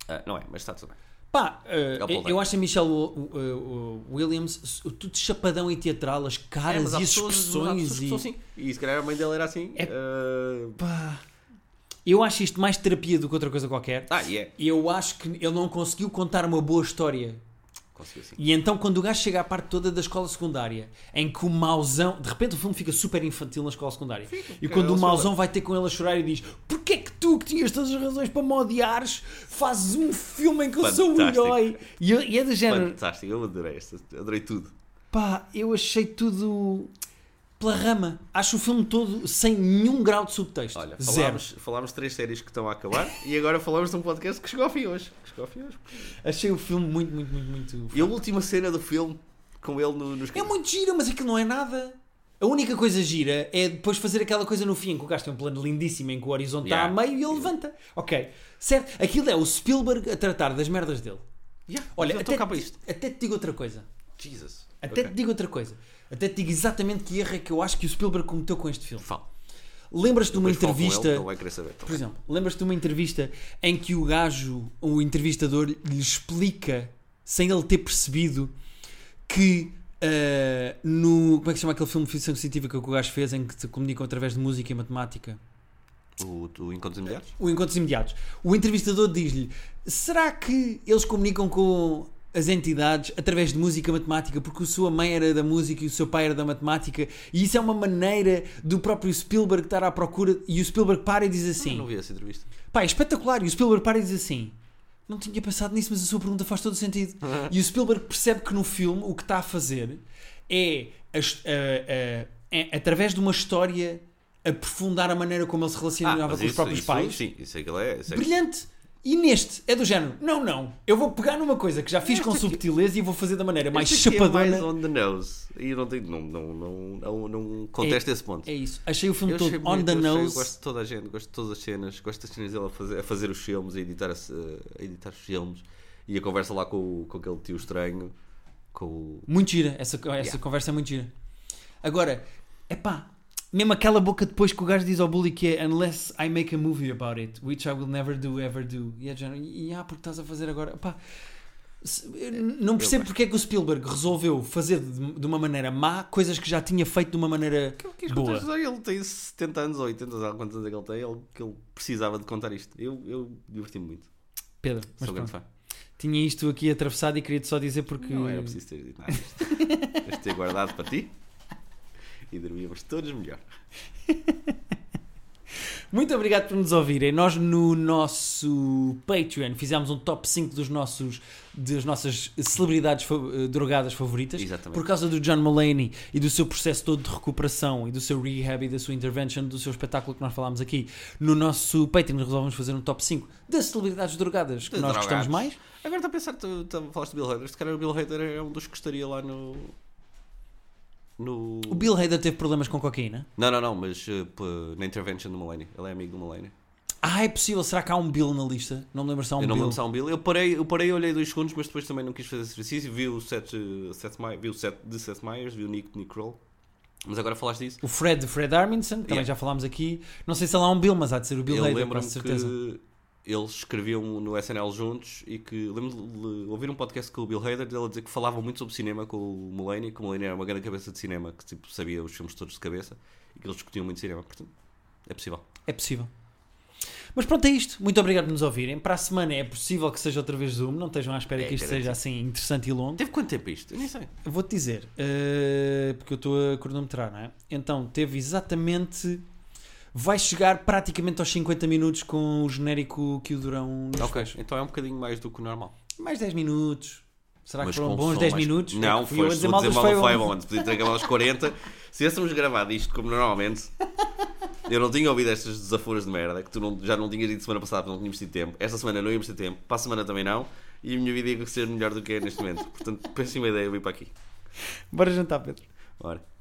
Speaker 2: Ah, não é, mas está tudo bem.
Speaker 1: Pá,
Speaker 2: Ela
Speaker 1: eh, eu,
Speaker 2: pode
Speaker 1: eu
Speaker 2: dar.
Speaker 1: acho a Michelle Wo- Wo- Wo- Williams s- tudo chapadão e teatral, as
Speaker 2: É,
Speaker 1: caras
Speaker 2: há
Speaker 1: Ah, e as
Speaker 2: pessoas- mas há pessoas
Speaker 1: expressões.
Speaker 2: que
Speaker 1: E...
Speaker 2: são assim. E se calhar a mãe dela era assim.
Speaker 1: É-
Speaker 2: ah,
Speaker 1: Pá. Eu acho isto mais terapia do que outra coisa qualquer.
Speaker 2: Ah, e é.
Speaker 1: E Eu acho que ele não conseguiu contar uma boa história.
Speaker 2: Conseguiu assim. sim.
Speaker 1: E então, quando o gajo chega à parte toda da escola secundária, em que o mauzão. De repente, o filme fica super infantil na escola secundária. e
Speaker 2: cara,
Speaker 1: quando o
Speaker 2: ele
Speaker 1: mauzão vai ter com ele a chorar e diz: Porquê é que tu, que tinhas todas as razões para me odiares, fazes um filme em que eu sou o
Speaker 2: Fantástico.
Speaker 1: herói? E, eu- e é do género:
Speaker 2: Fantástico, eu adorei esta. Adorei tudo.
Speaker 1: Pá, eu achei tudo pela rama. Acho o filme todo sem nenhum grau de subtexto.
Speaker 2: Olha,
Speaker 1: Zero.
Speaker 2: falámos, falámos de três séries que estão a acabar e agora falámos de um podcast que chegou ao fim hoje. Que chegou ao fim hoje.
Speaker 1: Achei o filme muito, muito, muito, muito.
Speaker 2: E a última cena do filme com ele no, nos
Speaker 1: É muito gira, mas aquilo não é nada. A única coisa gira é depois fazer aquela coisa no fim em que o gajo tem um plano lindíssimo em que o horizonte está
Speaker 2: Yeah.
Speaker 1: a meio e ele levanta. Ok, certo. Aquilo é o Spielberg a tratar das merdas dele.
Speaker 2: Yeah,
Speaker 1: Olha,
Speaker 2: eu
Speaker 1: até,
Speaker 2: estou cá para isto.
Speaker 1: até te digo outra coisa.
Speaker 2: Jesus.
Speaker 1: Até
Speaker 2: Ok.
Speaker 1: te digo outra coisa. Até te digo exatamente que erro é que eu acho que o Spielberg cometeu com este filme.
Speaker 2: Fala.
Speaker 1: Lembras-te de uma
Speaker 2: Depois falo com ele,
Speaker 1: entrevista.
Speaker 2: Ele, vai querer saber.
Speaker 1: Por exemplo, lembras-te de uma entrevista em que o gajo, o entrevistador, lhe explica, sem ele ter percebido, que ah, no. Como é que se chama aquele filme de ficção científica que o gajo fez em que se comunicam através de música e matemática?
Speaker 2: O, o Encontro de Mulheres?
Speaker 1: O Encontros Imediatos. O entrevistador diz-lhe: será que eles comunicam com as entidades através de música e matemática? Porque a sua mãe era da música e o seu pai era da matemática, e isso é uma maneira do próprio Spielberg estar à procura. E o Spielberg para e diz assim.
Speaker 2: Não vi essa entrevista.
Speaker 1: Pá, é espetacular. E o Spielberg para e diz assim: Não tinha pensado nisso, mas a sua pergunta faz todo o sentido.
Speaker 2: Uhum.
Speaker 1: e o Spielberg percebe que no filme o que está a fazer é, as- a- a- é, através de uma história, aprofundar a maneira como ele se
Speaker 2: Ah,
Speaker 1: relacionava
Speaker 2: mas
Speaker 1: com os
Speaker 2: isso-
Speaker 1: próprios
Speaker 2: isso-
Speaker 1: pais.
Speaker 2: Sim, isso é que ele é. isso é que-
Speaker 1: Brilhante! E neste é do género: Não, não, eu vou pegar numa coisa que já fiz com subtileza e vou fazer da maneira mais
Speaker 2: Este aqui é
Speaker 1: chapadona.
Speaker 2: mais on the nose. E não, tenho, não, não, não, não, não contesto esse ponto.
Speaker 1: É isso. Achei o filme
Speaker 2: Eu
Speaker 1: todo
Speaker 2: achei
Speaker 1: on
Speaker 2: bonito,
Speaker 1: the
Speaker 2: eu achei- eu
Speaker 1: nose.
Speaker 2: gosto de toda a gente, gosto de todas as cenas, gosto das cenas dele a fazer, a fazer os filmes, a editar, a, a editar os filmes e a conversa lá com, o- com aquele tio estranho, com o.
Speaker 1: Muito gira, essa, essa conversa é muito gira. Agora, é pá, mesmo aquela boca depois que o gajo diz ao bully que é Unless I make a movie about it, which I will never do, ever do. E é de género, e ah, porque estás a fazer agora. Pá, se- eu n- não percebo porque é que o Spielberg resolveu fazer de, de uma maneira má coisas que já tinha feito de uma maneira boa.
Speaker 2: Ele tem 70 anos ou 80 anos, há quantos anos é que ele tem, ele, que ele precisava de contar isto. Eu, eu diverti-me muito,
Speaker 1: Pedro, mas
Speaker 2: sou grande
Speaker 1: pronto,
Speaker 2: fã.
Speaker 1: tinha isto aqui atravessado e queria-te só dizer porque.
Speaker 2: Não era preciso ter dito nada disto. Tens de ter guardado para ti e dormíamos todos melhor.
Speaker 1: Muito obrigado por nos ouvirem. Nós no nosso Patreon fizemos um top 5 dos nossos, das nossas celebridades fa- eh, drogadas favoritas.
Speaker 2: Exatamente.
Speaker 1: Por causa do John Mulaney e do seu processo todo de recuperação e do seu rehab e da sua intervention, do seu espetáculo que nós falámos aqui, no nosso Patreon resolvemos fazer um top 5 das celebridades drogadas que
Speaker 2: De
Speaker 1: nós
Speaker 2: drogados.
Speaker 1: gostamos mais.
Speaker 2: Agora está a pensar, tu, tu falaste de Bill Hader, se calhar o Bill Hader é um dos que estaria lá no. No.
Speaker 1: O Bill Hader teve problemas com cocaína.
Speaker 2: Não, não, não, mas eh, p- na intervention do Mulaney. Ele é amigo do Mulaney.
Speaker 1: Ah, é possível. Será que há um Bill na lista? Não me lembro se há um
Speaker 2: eu não me
Speaker 1: Bill.
Speaker 2: lembro se há um Bill. Eu parei, eu parei, olhei dois segundos, mas depois também não quis fazer esse exercício. Vi o set, eh, set, Mi- vi o set de Seth Meyers, vi o Nick, Nick Kroll. Mas agora falaste disso.
Speaker 1: O Fred de Fred Armisen, também
Speaker 2: Yeah.
Speaker 1: já falámos aqui. Não sei se há lá um Bill, mas há de ser o Bill
Speaker 2: eu
Speaker 1: Hader, com
Speaker 2: lembro-me
Speaker 1: certeza.
Speaker 2: que eles escreviam no SNL juntos e que lembro-me de ouvir um podcast com o Bill Hader dele a dizer que falavam muito sobre cinema com o Mulaney, que o Mulaney era uma grande cabeça de cinema que tipo, sabia os filmes todos de cabeça e que eles discutiam muito cinema. Portanto, é possível.
Speaker 1: É possível. Mas pronto, é isto. Muito obrigado por nos ouvirem. Para a semana é possível que seja outra vez Zoom. Não estejam à espera
Speaker 2: É,
Speaker 1: que isto
Speaker 2: garantido.
Speaker 1: seja assim interessante e longo.
Speaker 2: Teve quanto tempo isto? Eu nem sei.
Speaker 1: Vou-te dizer, eh, porque eu estou a cronometrar, não é? Então, teve exatamente. Vai chegar praticamente aos 50 minutos com o genérico que o Durão nos
Speaker 2: Ok,
Speaker 1: fez.
Speaker 2: então é um bocadinho mais do que o normal.
Speaker 1: Mais 10 minutos. Será
Speaker 2: Mas
Speaker 1: Tá que foram
Speaker 2: com
Speaker 1: bons
Speaker 2: som
Speaker 1: 10
Speaker 2: mais-
Speaker 1: minutos? É
Speaker 2: Não,
Speaker 1: que fui
Speaker 2: foi
Speaker 1: eu a
Speaker 2: o
Speaker 1: dizer
Speaker 2: dizer
Speaker 1: mal dos
Speaker 2: mal do
Speaker 1: Fable.
Speaker 2: Fable antes. Podia ter acabado aos 40. Se tivéssemos gravado isto como normalmente, eu não tinha ouvido estas desaforas de merda que tu não- já não tinhas dito semana passada, porque não tínhamos tido tempo. Esta semana não íamos ter tempo, para a semana também não. E a minha vida ia ser melhor do que é neste momento. Portanto, péssima ideia vir para aqui.
Speaker 1: Bora jantar, Pedro.
Speaker 2: Ora.